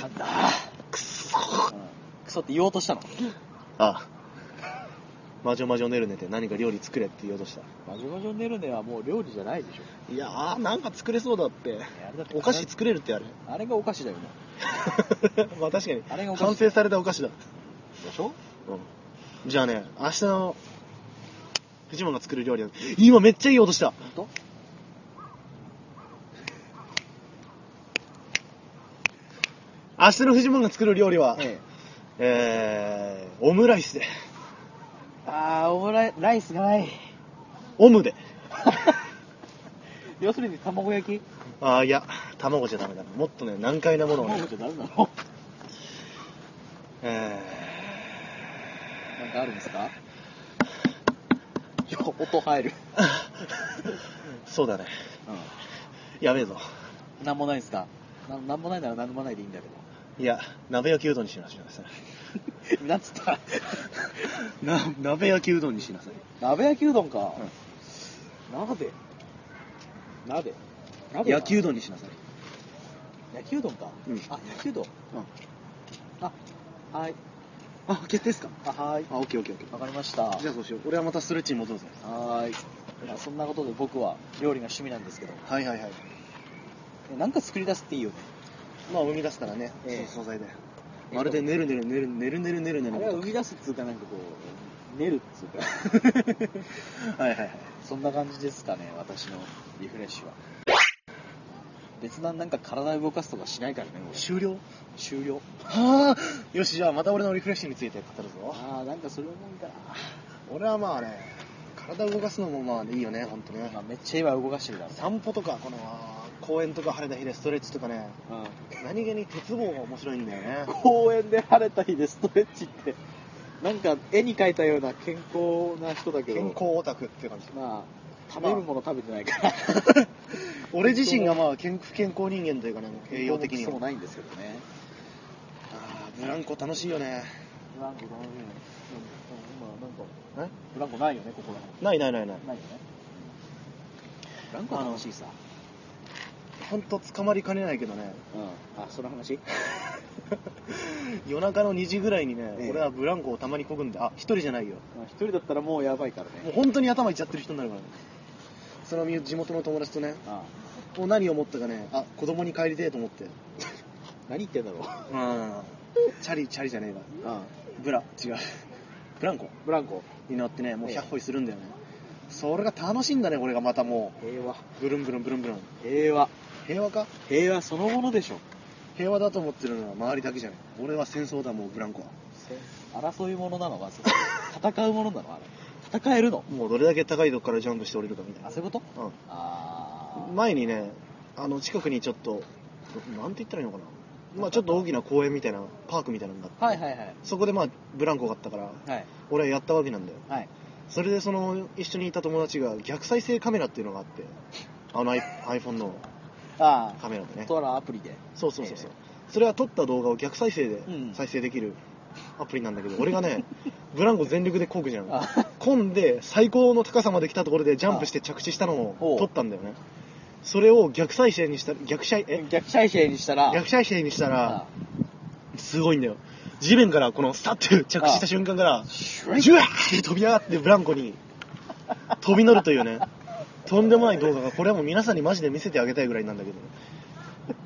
S1: 噛んだ
S2: くそ
S1: うんクソって言おうとしたの
S2: ああ魔女魔女ネルネで何か料理作れって言おうとした
S1: マジマジョネルネはもう料理じゃないでしょ
S2: いやーなんか作れそうだって
S1: あれだって
S2: お菓子作れるってあれ
S1: あれがお菓子だよね
S2: まあ確かに
S1: あれがお菓子
S2: 完成されたお菓子だ、
S1: でしょ
S2: うん、じゃあね明日のフジモンが作る料理は今めっちゃいい音した
S1: 本当
S2: 明日のフジモンが作る料理は、
S1: ええ
S2: えー、オムライスで
S1: あーオムライライスがない
S2: オムで
S1: 要するに卵焼き
S2: ああいや卵じゃダメだもっとね難解なものをね
S1: 卵じゃダメなの
S2: え
S1: なんかあるんですかよ音入る
S2: ー、 そうだね
S1: う
S2: やべえぞ
S1: んなんもないんすかななんもないならなんもないでいいんだけ
S2: いや鍋焼きうどんにしなさい
S1: ど なんつった
S2: な鍋焼きうどんにしなさい
S1: 鍋焼きうどんか、鍋鍋鍋か
S2: 焼きうどんにしなさい
S1: 焼きうどんか、
S2: うん
S1: あ焼きうどん、あはい
S2: あ決定ですか
S1: あはい
S2: あオッケーオッケーオッケ
S1: わかりましたは
S2: ーじゃあそうしよう俺はまたストレッチに戻るぜ
S1: ーい、まあ、そんなことで僕は料理が趣味なんですけど
S2: はいはいはい
S1: えなんか作り出すっていいよね
S2: まあ生み出すからね、
S1: ええ
S2: その素材でまるでねるねるねるねるねるねるね
S1: あ
S2: る
S1: れは生み出すっつうかなんかこう練るっつうか
S2: はいはいはい
S1: そんな感じですかね私のリフレッシュは別ななんか体を動かすとかしないからね俺
S2: 終了
S1: 終了
S2: はあよしじゃあまた俺のリフレッシュについて語るぞ
S1: ああなんかそれ思うか
S2: 俺はまあね体を動かすのもまあいいよね本当ね
S1: ら、まあ、めっちゃ今動かしてるだろうね
S2: 散歩とかこのあー公園とか晴れた日でストレッチとかね何気に鉄棒が面白いんだよね
S1: 公園で晴れた日でストレッチってなんか絵に描いたような健康な人だけど
S2: 健康オタクっていう感じ
S1: まあ食べるもの食べてない から
S2: 俺自身がまあ健不健康人間というかね栄養的に
S1: そうも
S2: は
S1: ないんですけどね
S2: あーブランコ楽しいよね
S1: ブランコ楽しいね今なんか
S2: え
S1: ブランコないよねここら
S2: ないないないない
S1: 辺ないよねブランコ楽しいさ
S2: 本当捕まりかねないけどね
S1: うんあその話
S2: 夜中の2時ぐらいにね、
S1: ええ
S2: 俺はブランコをたまにこぐんであ一人じゃないよ
S1: まあ一人だったらもうやばいから
S2: もう
S1: ね
S2: 本当に頭いっちゃってる人になるからねその身地元の友達とね
S1: ああ
S2: もう何を思ったかねあ子供に帰りてえと思って
S1: 何言ってんだろうあ
S2: うんチャリチャリじゃねえわ
S1: あ
S2: ブラ違う ブランコ
S1: ブランコ
S2: に乗ってねもう
S1: ええ
S2: 100歩するんだよね、それが楽しいんだね俺がまたも
S1: 平和
S2: うブルンブルンブルンブルン
S1: 平和
S2: 平和か
S1: 平和そのものでしょ
S2: 平和だと思ってるのは周りだけじゃない俺は戦争だもうブランコは
S1: 争いものなのはそれ戦うものなのあれ戦えるの
S2: もうどれだけ高いとこからジャンプして降りるかみたい
S1: あ
S2: な
S1: そういうこと
S2: うん
S1: ああ
S2: 前にねあの近くにちょっとなんて言ったらいいのかなまあちょっと大きな公園みたいなパークみたいなのがあって
S1: はいはいはい
S2: そこでまあブランコがあったから
S1: はい
S2: 俺はやったわけなんだよ
S1: はい
S2: それでその一緒にいた友達が逆再生カメラっていうのがあって あの iP- iPhone の
S1: あ
S2: カメラで
S1: あ
S2: ね
S1: とあるアプリで
S2: そうそうそうそうそれは撮った動画を逆再生で
S1: うん
S2: 再生できるアプリなんだけど俺が ねブランコ全力でこぐじゃん
S1: あ
S2: 混んで最高の高さまで来たところでジャンプして着地したの
S1: お
S2: を
S1: う
S2: 撮ったんだよねそれを逆再生にした逆再え
S1: 逆再生にしたら
S2: 逆再生にしたら
S1: あ
S2: すごいんだよ地面からこのスタッて着地した瞬間から
S1: シュイ
S2: ジュワーって飛び上がってブランコに飛び乗ると いうねとんでもない動画がこれはもう皆さんにマジで見せてあげたいぐらいなんだけど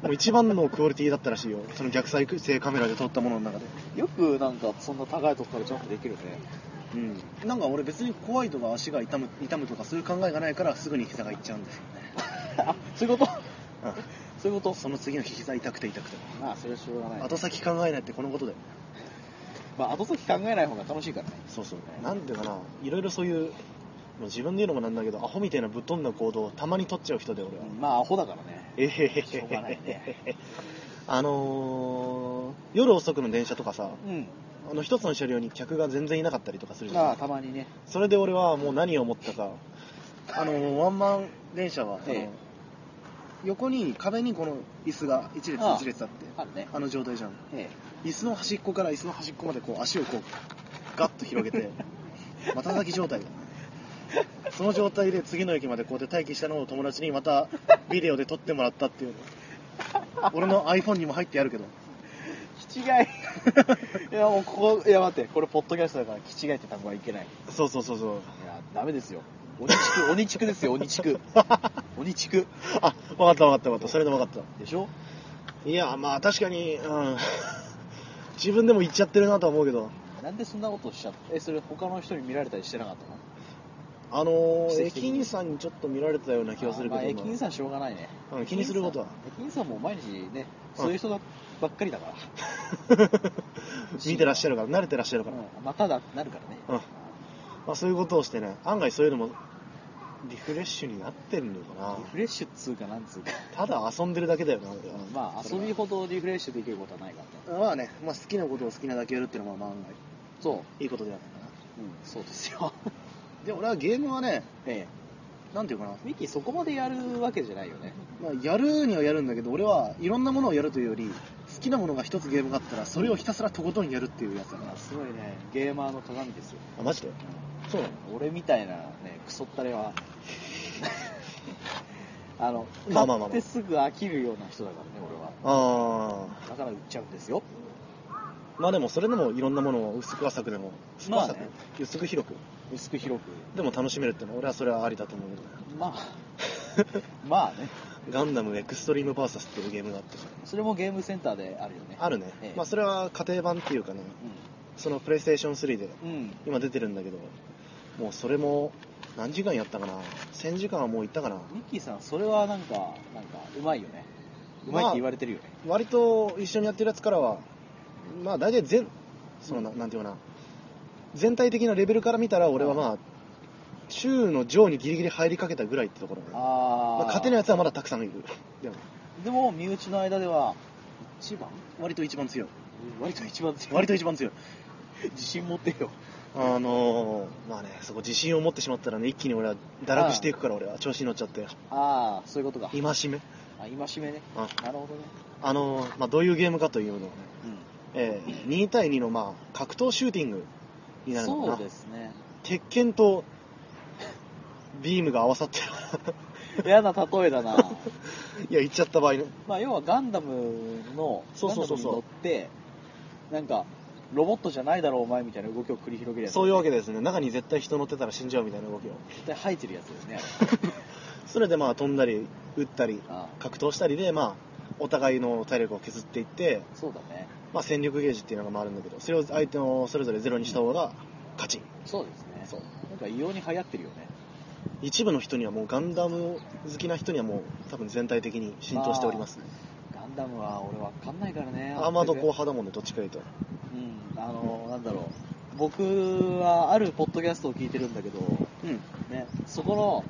S2: もう一番のクオリティだったらしいよその逆再生カメラで撮ったものの中で
S1: よくなんかそんな高いとこからジャンプできるね
S2: うんなんか俺別に怖いとか足が痛む痛むとかそういう考えがないからすぐに膝がいっちゃうんですよ
S1: あそういうこと
S2: ね、
S1: そういうこ
S2: う
S1: と
S2: ん、その次の日膝痛くて痛くて
S1: まあそれはしょうがない
S2: 後先考えないってこのことだよ
S1: まあ後先考えない方が楽しいからね
S2: そうそうなんていうかないろいろそういうもう自分で言うのもなんだけどアホみたいなぶっ飛んだ行動をたまに取っちゃう人で俺は、
S1: まあアホだから ね
S2: えへへへ
S1: しょうがないね
S2: あのー、夜遅くの電車とかさ
S1: うん
S2: あの一つの車両に客が全然いなかったりとかするじ
S1: ま
S2: ゃ
S1: あ
S2: ん
S1: たまにね
S2: それで俺はもう何を思ったかあのー、ワンマン電車は、
S1: ええ
S2: あの横に壁にこの椅子が一列
S1: ああ
S2: 一列あって
S1: あるね
S2: あの状態じゃん
S1: え
S2: 椅子の端っこから椅 子の端っこまでこう足をこうガッと広げて股先状態だよね
S1: え
S2: その状態で次の駅までこうやって待機したのを友達にまたビデオで撮ってもらったっていうの俺の iPhone にも入ってやるけど
S1: 気違い いやもうここいや待ってこれポッドキャストだから気違いって単語はいけないい
S2: そうそうそうそう
S1: やダメですよ鬼畜 鬼畜ですよ鬼畜鬼畜
S2: あ分かった分かった分かったそれで分かっ
S1: でしょ
S2: たいやまあ確かにうん自分でも言っちゃってるなとは思うけど
S1: なんでそんなことしちゃったえそれ他の人に見られたりしてなかったの
S2: あの
S1: 奇
S2: ー、
S1: 跡的
S2: 駅
S1: に
S2: 員さんにちょっと見られてたような気がするけど、
S1: あまあ駅員
S2: 今
S1: さんしょうがないね
S2: うん気にすることは
S1: 駅員さんも毎日ねそういう人ばっかりだから、
S2: 見てらっしゃるから慣れてらっしゃるから、
S1: うんまただってなるからね
S2: うんまあ、そういうことをしてね案外そういうのもリフレッシュになってるのか
S1: リフレッシュっつうかなんつうか、
S2: なただ遊んでるだけだよな俺は
S1: まあ
S2: そ
S1: 遊
S2: れは
S1: びほどリフレッシュできることはないからね
S2: まあね、まあ、好きなことを好きなだけやるっていうのはまあまあ案外
S1: そう、
S2: いいことではないかな
S1: そうです よ
S2: で俺はゲームはね
S1: え
S2: なんていうかな
S1: え、ミキそこまでやるわけじゃないよね
S2: まあ、やるにはやるんだけど俺はいろんなものをやるというより好きなものが一つゲームがあったらそれをひたすらとことんやるっていうやつだな
S1: すごいねゲーマーの鏡ですよ、
S2: あマジでそうなの
S1: 俺みたいなねクソったれは あの
S2: まあまあまあまあ
S1: 買ってすぐ飽きるような人だからね俺は
S2: ああ
S1: だから売っちゃうんですよ
S2: まあでもそれでもいろんなものを薄く浅くでも薄く浅く、
S1: まあね
S2: 薄く広く
S1: 薄く広く
S2: でも楽しめるってのは俺はそれはありだと思うけどね
S1: まあ まあね
S2: ガンダムエクストリームバーサスっていうゲームがあってさ
S1: それもゲームセンターであるよね
S2: あるね、
S1: ええ
S2: まあそれは家庭版っていうかねそのプレイステーション3で
S1: うん、うん、
S2: 今出てるんだけどもうそれも何時間やったかな1000時間はもういったかな
S1: ミッキーさんそれはなんかなんかうまいよねうまいって言われてるよね、
S2: 割と一緒にやってるやつからはまあ大体全そのななんていうかな全体的なレベルから見たら俺はまあ週の上にギリギリ入りかけたぐらいってところね
S1: あ
S2: まあ、
S1: あ
S2: 勝てないやつはまだたくさんいるでも
S1: でも身内の間では一番
S2: 割と一番強い
S1: 割と一番強い
S2: 割と一番 強い
S1: 自信持ってよ
S2: あのー、まあねそこ自信を持ってしまったらね一気に俺は堕落していくから俺は調子に乗っちゃって
S1: ああそういうことか
S2: 戒め
S1: あ今しめね
S2: あ
S1: なるほどね
S2: あのー、まあどういうゲームかというのをね、えー、2対2のまあ格闘シューティング
S1: う
S2: に
S1: ん
S2: なるのか
S1: そ
S2: な
S1: うですね
S2: 鉄拳とビームが合わさって る
S1: 嫌な例えだ な
S2: いや言っちゃった場合ね
S1: まあ要はガンダムの
S2: そうそうそ
S1: ガンダ
S2: うそう
S1: ムに乗ってなんかロボットじゃないだろうお前みたいな動きを繰り広げるやつ
S2: そういうわけですね中に絶対人乗ってたら死んじゃうみたいな動き を
S1: 絶対吐いてるやつですね
S2: それでまあ飛んだり打ったり
S1: あれあ
S2: 格闘したりでまあお互いの体力を削っていって、
S1: あそうだね
S2: まあ、戦力ゲージっていうのが回るんだけどそれを相手をそれぞれゼロにした方が勝ち
S1: そうですね
S2: そう
S1: なんか異様に流行ってるよね
S2: 一部の人にはもうガンダム好きな人にはもう多分全体的に浸透しておりますね
S1: ガンダムは俺わかんないからね
S2: アーマードコア派だもんねどっちかいうと
S1: うんあのなんだろう僕はあるポッドキャストを聞いてるんだけど
S2: うん
S1: ねそこの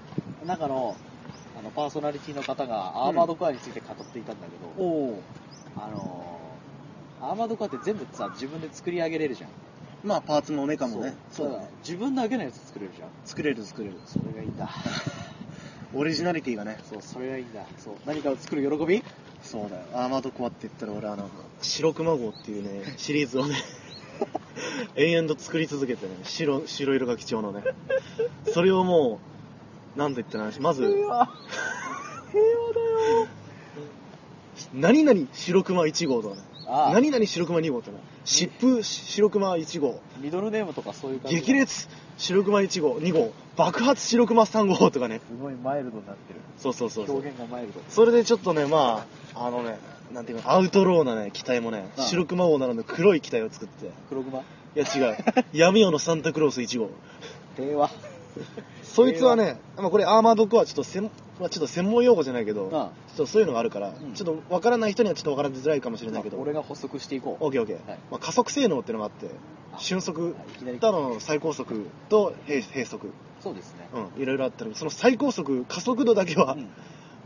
S1: 中のあのパーソナリティの方がアーマードコアについて語っていたんだけど、
S2: おお
S1: あのアーマードコアって全部さ自分で作り上げれるじゃん
S2: まあパーツもメカもね
S1: そうそうだから自分だけのやつ作れるじゃん
S2: 作れる作れる
S1: それがいいん だ
S2: オリジナリティがね
S1: そうそれがいいんだそう何かを作る喜び
S2: そうだよアーマードコアって言ったら俺あの白熊号っていうねシリー ズをね延々と作り続けてね白白色が貴重のねそれをもうなんと言ったらま ず
S1: 平和平和だよ
S2: 何々白熊1号とかね
S1: ああ
S2: 何々白熊2号とかね疾風白熊1号
S1: ミドルネームとかそういう感じ
S2: 激烈白熊1号2号爆発白熊3号とかね
S1: すごいマイルドになってる
S2: そうそうそうそう
S1: 表現がマイルド
S2: それでちょっとねまああのねなんていうかアウトローなね機体もね
S1: ああ
S2: 白熊号ならぬ黒い機体を作って
S1: 黒熊
S2: い や違う闇夜のサンタクロース1号
S1: 平和
S2: そいつはね、まあ、これアーマードコアちょっと専まあ、ちょっと専門用語じゃないけど、ちょ
S1: あ
S2: っとそういうのがあるから、
S1: うん
S2: ちょっとわからない人にはちょっとわからづらいかもしれないけど、
S1: 俺が補足していこう
S2: オッケーオッケー、
S1: はい
S2: まあ、加速性能っていうのがあって
S1: あ
S2: 瞬足
S1: はいいきなり
S2: 他の最高速と平平速、
S1: そうですね
S2: うん、いろいろあったのにその最高速加速度だけは、
S1: うん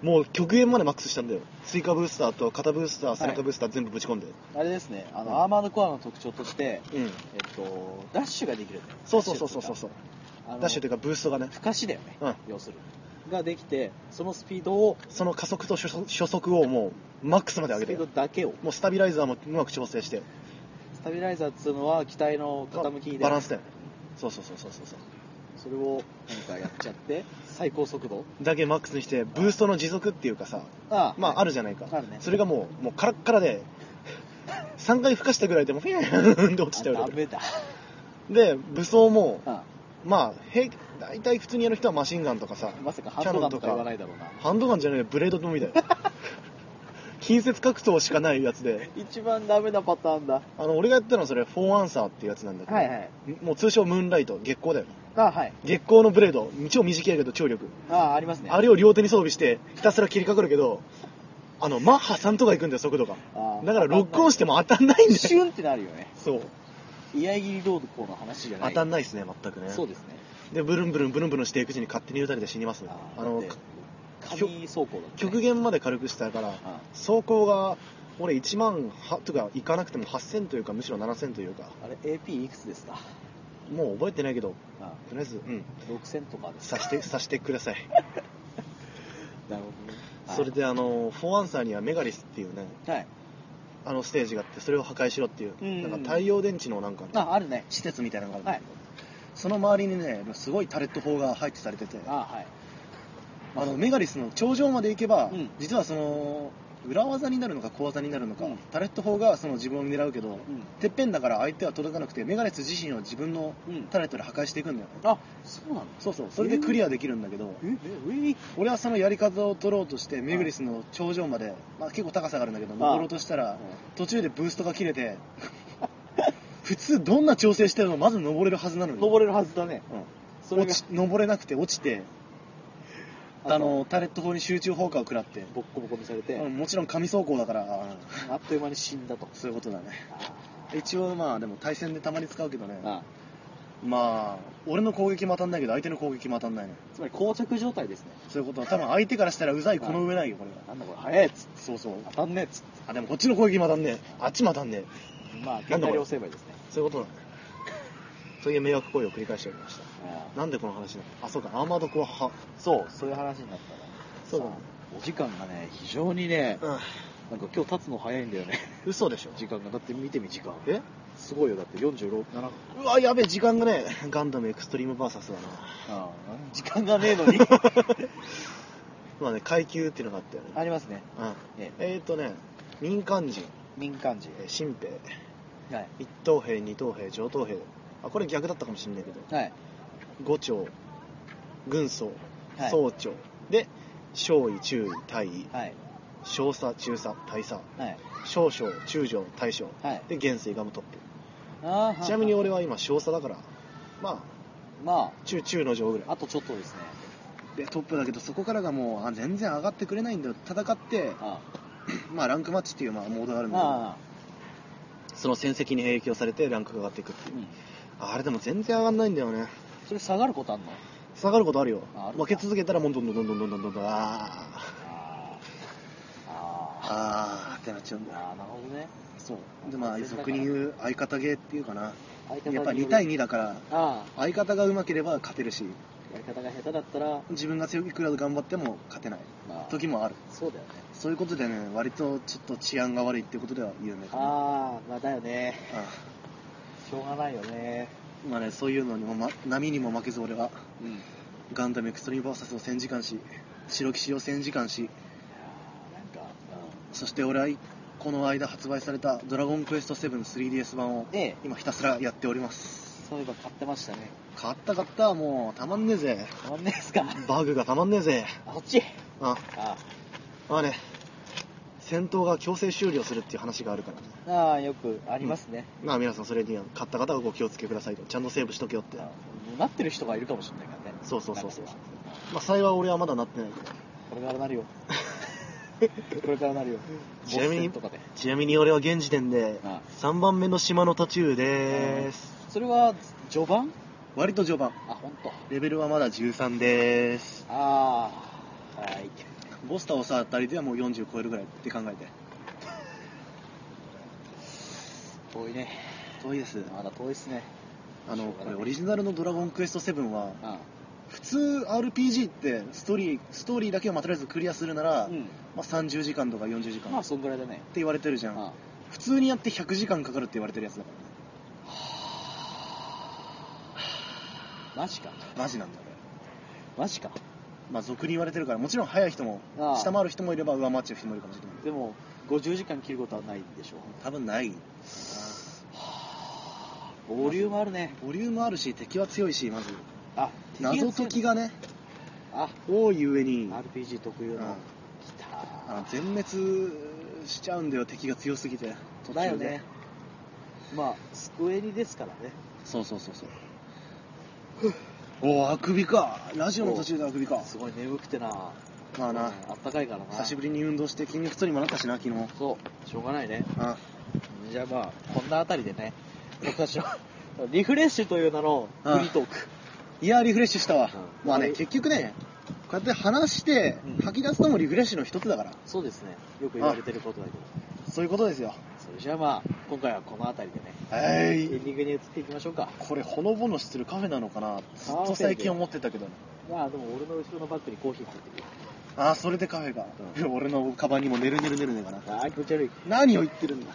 S2: もう極限までマックスしたんだよ追加ブースターと肩ブースター背中ブースター全部ぶち込んで、
S1: あれですねあ
S2: う
S1: の
S2: ん
S1: アーマードコアの特徴として
S2: うん
S1: えっとダッシュができるんだよ
S2: そうそうそうそうそう
S1: ダッシュっていうかあ
S2: そう
S1: の
S2: ダッシュというかブーストがね
S1: 不可視だよね
S2: うん
S1: 要するにができてそのスピードを
S2: その加速と初速初速をもうマックスまで上
S1: ス
S2: げ
S1: ピ
S2: て
S1: ードだけを
S2: もうスタビライザーもうまく調整して
S1: スタビライザーっつうのは機体の
S2: まあ
S1: 傾きで
S2: バランスだよねそうそうそうそうそう
S1: それをなんかやっちゃって、最高速度
S2: だけマックスにして、ブーストの持続っていうかさ、
S1: あ
S2: まあ、あるじゃないか。それがもう、もうカラッカラで、3回吹かしたぐらいでもう、フィーンって落ちちゃう
S1: ダ
S2: よ。
S1: メだ。
S2: で、武装も、
S1: あ
S2: まあ、へい大体普通にやる人はマシンガンとかさ、
S1: まさかハンドガンとか言わないだろうな。
S2: ハンドガンじゃないよブレードでもいいだよ。 近接格闘しかないやつで、
S1: 一番ダメなパターンだ。
S2: あの、俺がやったのはそれ、フォーアンサーっていうやつなんだけど、
S1: い。
S2: もう通称ムーンライト、月光だよ。
S1: あ、はい。
S2: 月光のブレード、超短いけど超力。
S1: あ、ありますね。
S2: あれを両手に装備して、ひたすら切りかかるけど、あの、マッハ3とか行くんだよ、速度が。
S1: あ
S2: だから、ロックオンして
S1: も。
S2: も当たんないんだ
S1: シ
S2: よ。
S1: ュンってなるよね。
S2: そう。
S1: 居合切りどうこうの話じゃな
S2: 当
S1: い。
S2: たんないですね、全くね。
S1: そうですね。
S2: で、ブルンブルン、ブルンブルンしていくうちに勝手に打たれて死にますね。
S1: あ
S2: あの
S1: だっ、て
S2: きょ
S1: 紙走行だもんね
S2: 極限まで軽くしたから、
S1: あ
S2: 走行が、俺1万はとかいかなくても8000というか、むしろ7000というか、
S1: あれ AP いくつですか
S2: もう覚えてないけど、
S1: あ
S2: とりあえず、うん、
S1: 6000とかです
S2: さして、さしてください。
S1: なるほどねはい
S2: それで、あの、フォーアンサーにはメガリスっていうね、
S1: はい
S2: あのステージがあって、それを破壊しろっていう、
S1: うん
S2: なんか太陽電池のなんか、
S1: ああるね
S2: 施設みたいなのがあるんだ
S1: は
S2: け
S1: い
S2: ど、その周りにね、すごいタレット砲が配置されてて、あ
S1: あはい
S2: のメガリスの頂上まで行けば、
S1: うん
S2: 実はその、裏技になるのか小技になるのか、
S1: うん
S2: タレット砲がその自分を狙うけど、
S1: うん
S2: てっぺんだから相手は届かなくて、メガリス自身を自分の
S1: うん
S2: タレットで破壊していくんだよ。
S1: あそうなの
S2: そうそう、それでクリアできるんだけど、
S1: ええ
S2: 俺はそのやり方を取ろうとして、メガリスの頂上まで、まあ、結構高さがあるんだけど、登ろうとしたら、途中でブーストが切れて 普通どんな調整してるのまず登れるはずなのに
S1: 登れるはずだね
S2: うん
S1: それが
S2: 落ち登れなくて落ちてあのタレット砲に集中砲火を食らって、
S1: ボッコボコにされて、
S2: うんもちろん紙走行だからうん
S1: あっという間に死んだと
S2: そういうことだね
S1: あ
S2: 一応まあでも対戦でたまに使うけどね
S1: ああ
S2: まあ俺の攻撃も当たんないけど相手の攻撃も当たんないね
S1: つまり膠着状態ですね
S2: そういうことは多分相手からしたらうざいこの上ないよこれは
S1: なんだこれ早いっつって
S2: そうそう
S1: 当たんねえっつっ
S2: あでもこっちの攻撃も当たんねえあっちも当たんねえ
S1: てまあ
S2: な
S1: 限
S2: んだこれ
S1: 界両成敗ですね
S2: そういうことなんだそういう迷惑行為を繰り返しておりました
S1: ああ
S2: なんでこの話なのあそうかアーマードコア派
S1: そうそういう話になったら
S2: そうだね
S1: さあお時間がね非常にねなんか今日経つの早いんだよね
S2: 嘘でしょ
S1: 時間がだって見てみ時間
S2: え
S1: すごいよだって46 7分
S2: うわやべえ時間がねガンダムエクストリームバーサスだな
S1: ああ時間がねえのに
S2: まあね階級っていうのがあったよね
S1: ありますね
S2: うん
S1: ええ
S2: えっ、ー、とね民間人
S1: 民間人
S2: えー新兵
S1: はい
S2: 一等兵二等兵上等兵あこれ逆だったかもしれないけど
S1: はい
S2: 五長軍曹
S1: はい
S2: 総長、で少尉中尉大尉
S1: はい
S2: 少佐中佐大佐
S1: はい
S2: 少将中将大将
S1: はい
S2: で元帥がもトッ
S1: あ
S2: プ
S1: あ
S2: ちなみに
S1: は
S2: 俺は今少佐だからま
S1: いま
S2: あ中中の上ぐらい
S1: ああとちょっとですね
S2: でトップだけどそこからがもうあ全然上がってくれないんだよ戦って
S1: あ
S2: まあランクマッチっていうまあモードがあ
S1: あ
S2: るんだけど
S1: ああ
S2: その戦績に影響されてランクが上がっていくっていう
S1: うん
S2: あれでも全然上がんないんだよね
S1: それ下がることあんの
S2: 下がることあるよ
S1: あある
S2: 負け続けたらもうどんどんどんどんどんどんどんどんあー
S1: あああ
S2: あーってなっちゃうんだ
S1: ああなるほどね
S2: そうでまあ俗に言う相方芸っていうかな
S1: 相手
S2: やっぱ2対
S1: 2
S2: 2だから
S1: あ
S2: 相方が上手ければ勝てるし
S1: あやり方が下手だったら
S2: 自分が強いくら頑張っても勝てない
S1: まあ
S2: 時もある
S1: そうだよね
S2: そういうことでね割とちょっと治安が悪いっていうことでは有名かな
S1: ああまあだよね
S2: あ
S1: しょうがないよね
S2: ーまあねそういうのにも、ま、波にも負けず俺は
S1: うん
S2: ガンダムエクストリームバーサスを1000時間し白騎士を1000時間し
S1: なんか
S2: そして俺はこの間発売された「ドラゴンクエスト 73DS 版」を
S1: うんええ
S2: 今ひたすらやっております
S1: そういえば買ってましたね
S2: 買った買ったもうたまんねえぜ
S1: たまんねえっすか
S2: バグがたまんねえぜ
S1: あそっち
S2: あ
S1: あ
S2: まあね戦闘が強制終了するっていう話があるから
S1: ああよくありますね、
S2: まあ皆さんそれには買った方はご気をつけくださいとちゃんとセーブしとけよって
S1: ああなってる人がいるかもしれないからね
S2: そうそうそうそう
S1: なんか
S2: まあ幸い俺はまだなってないけど
S1: これからなる よこれからなるよ
S2: ちなみに
S1: ボス戦とかで
S2: ちなみに俺は現時点で
S1: あ
S2: 3番目の島の途中でーす
S1: それは序盤
S2: 割と序盤
S1: あ本当。
S2: レベルはまだ13でーす
S1: ああはい
S2: ボスターをさ当たりではもう40超えるぐらいって考えて
S1: 遠いね
S2: 遠いです
S1: まだ遠いっすね
S2: あのこれオリジナルの「ドラゴンクエスト7」は
S1: あ
S2: 普通 RPG ってストーリーストーリーだけをまあとりあえずクリアするなら、
S1: あうん
S2: まあ、30時間とか40時間
S1: まあ
S2: って
S1: そんぐらいだね
S2: 言われてるじゃん、
S1: あ
S2: 普通にやって100時間かかるって言われてるやつだからね
S1: マジか。
S2: マジなんだね
S1: マジか。
S2: まあ俗に言われてるからもちろん早い人も
S1: ああ
S2: 下回る人もいれば上回っちゃう人もいるかもしれない
S1: でも、50時間切ることはないんでしょ
S2: 多分ない
S1: ボリュームあるね。
S2: ボリュームあるし敵は強いしまず
S1: あ、
S2: 謎解きがね
S1: あ、
S2: 多いゆえに、
S1: RPG 特有
S2: う
S1: の。
S2: ん
S1: き
S2: あの
S1: た
S2: 全滅しちゃうんだよ敵が強すぎて途中で
S1: だよね。まあ、スクエニですからね。
S2: そうそうそうそうおおあくびかラジオの途中であくびか
S1: すごい眠くてな。
S2: まあな
S1: うんあったかいからな。
S2: 久しぶりに運動して筋肉痛にもなったしな昨日
S1: そう、しょうがないね。
S2: あ
S1: じゃあまあ、こんなあたりでね、僕たちは、 リフレッシュという名のフリートーク。
S2: いやリフレッシュしたわ、
S1: うん
S2: まあ
S1: あ
S2: ね
S1: れ
S2: 結局ねこうやって話して
S1: うん
S2: 吐き出すのもリフレッシュの一つだから
S1: そうですね。よく言われてることだけど。
S2: そういうことですよ
S1: それじゃあまあ、今回はこのあたりでね、
S2: は
S1: エンデ
S2: い
S1: ィングに移っていきましょうか。
S2: これほのぼのするカフェなのかなずっ
S1: カフェ
S2: と
S1: で
S2: 最近思ってたけどね
S1: まあでも俺の後ろのバッグにコーヒー入ってくる。
S2: ああそれでカフェか、俺のカバンにもねるねるねるねがな
S1: ああ、気持ち 悪い。
S2: 何を言ってる んだ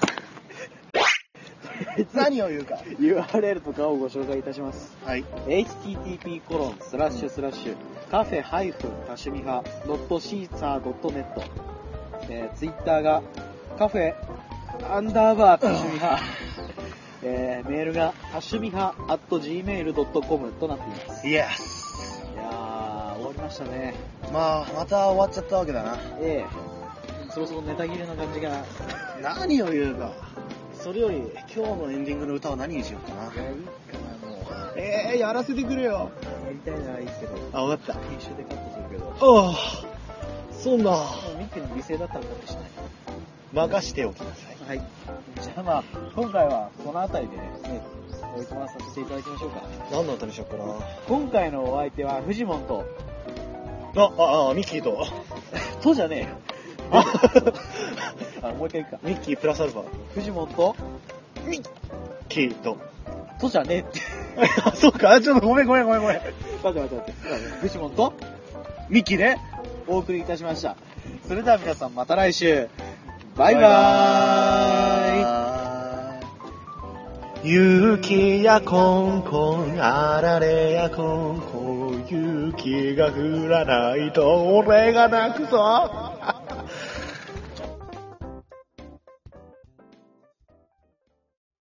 S2: 何を言うか
S1: URL とかをご紹介いたします。
S2: はい
S1: http コロンスラッシュスラッシュカフェハイフン多趣味派ドットシーサードットネット、えー、ツイッターがカフェアンダーバー多趣味派、えー、メールが多趣味派 at gmail.com となっています
S2: イエス
S1: いやー終わりましたね
S2: まあまた終わっちゃったわけだな
S1: ええそろそろネタ切れな感じが
S2: 何を言うか
S1: それよりい
S2: 今日のエンディングの歌は何にしようかな
S1: やいいかなもう
S2: えー、やらせてくれよ
S1: やりたいならいいけど
S2: あ分かった
S1: 編集でカットするけども
S2: ああそんな
S1: うミックの犠牲だったのかもしれない
S2: 任しておきなさい
S1: はい。じゃあまあ、今回はこの辺りでね、おいつまさせていただきましょうか。
S2: 何の歌にしようかな
S1: 今回のお相手はフジモンと、
S2: あああミッキーと
S1: とじゃねえよ
S2: あ。
S1: あ、もう一回言うか。
S2: ミッキープラスアルファ
S1: フジモンと、
S2: ミッキーと
S1: とじゃねえって。
S2: あそうかあちょっとごめんごめんごめんごめん
S1: 待って待って待って。フジモンと
S2: ミッキーね
S1: お送りいたしました。それでは皆さんまた来週。バイバーイ。
S2: 雪やコンコン、あられやコンコン、雪が降らないと俺が泣くぞ。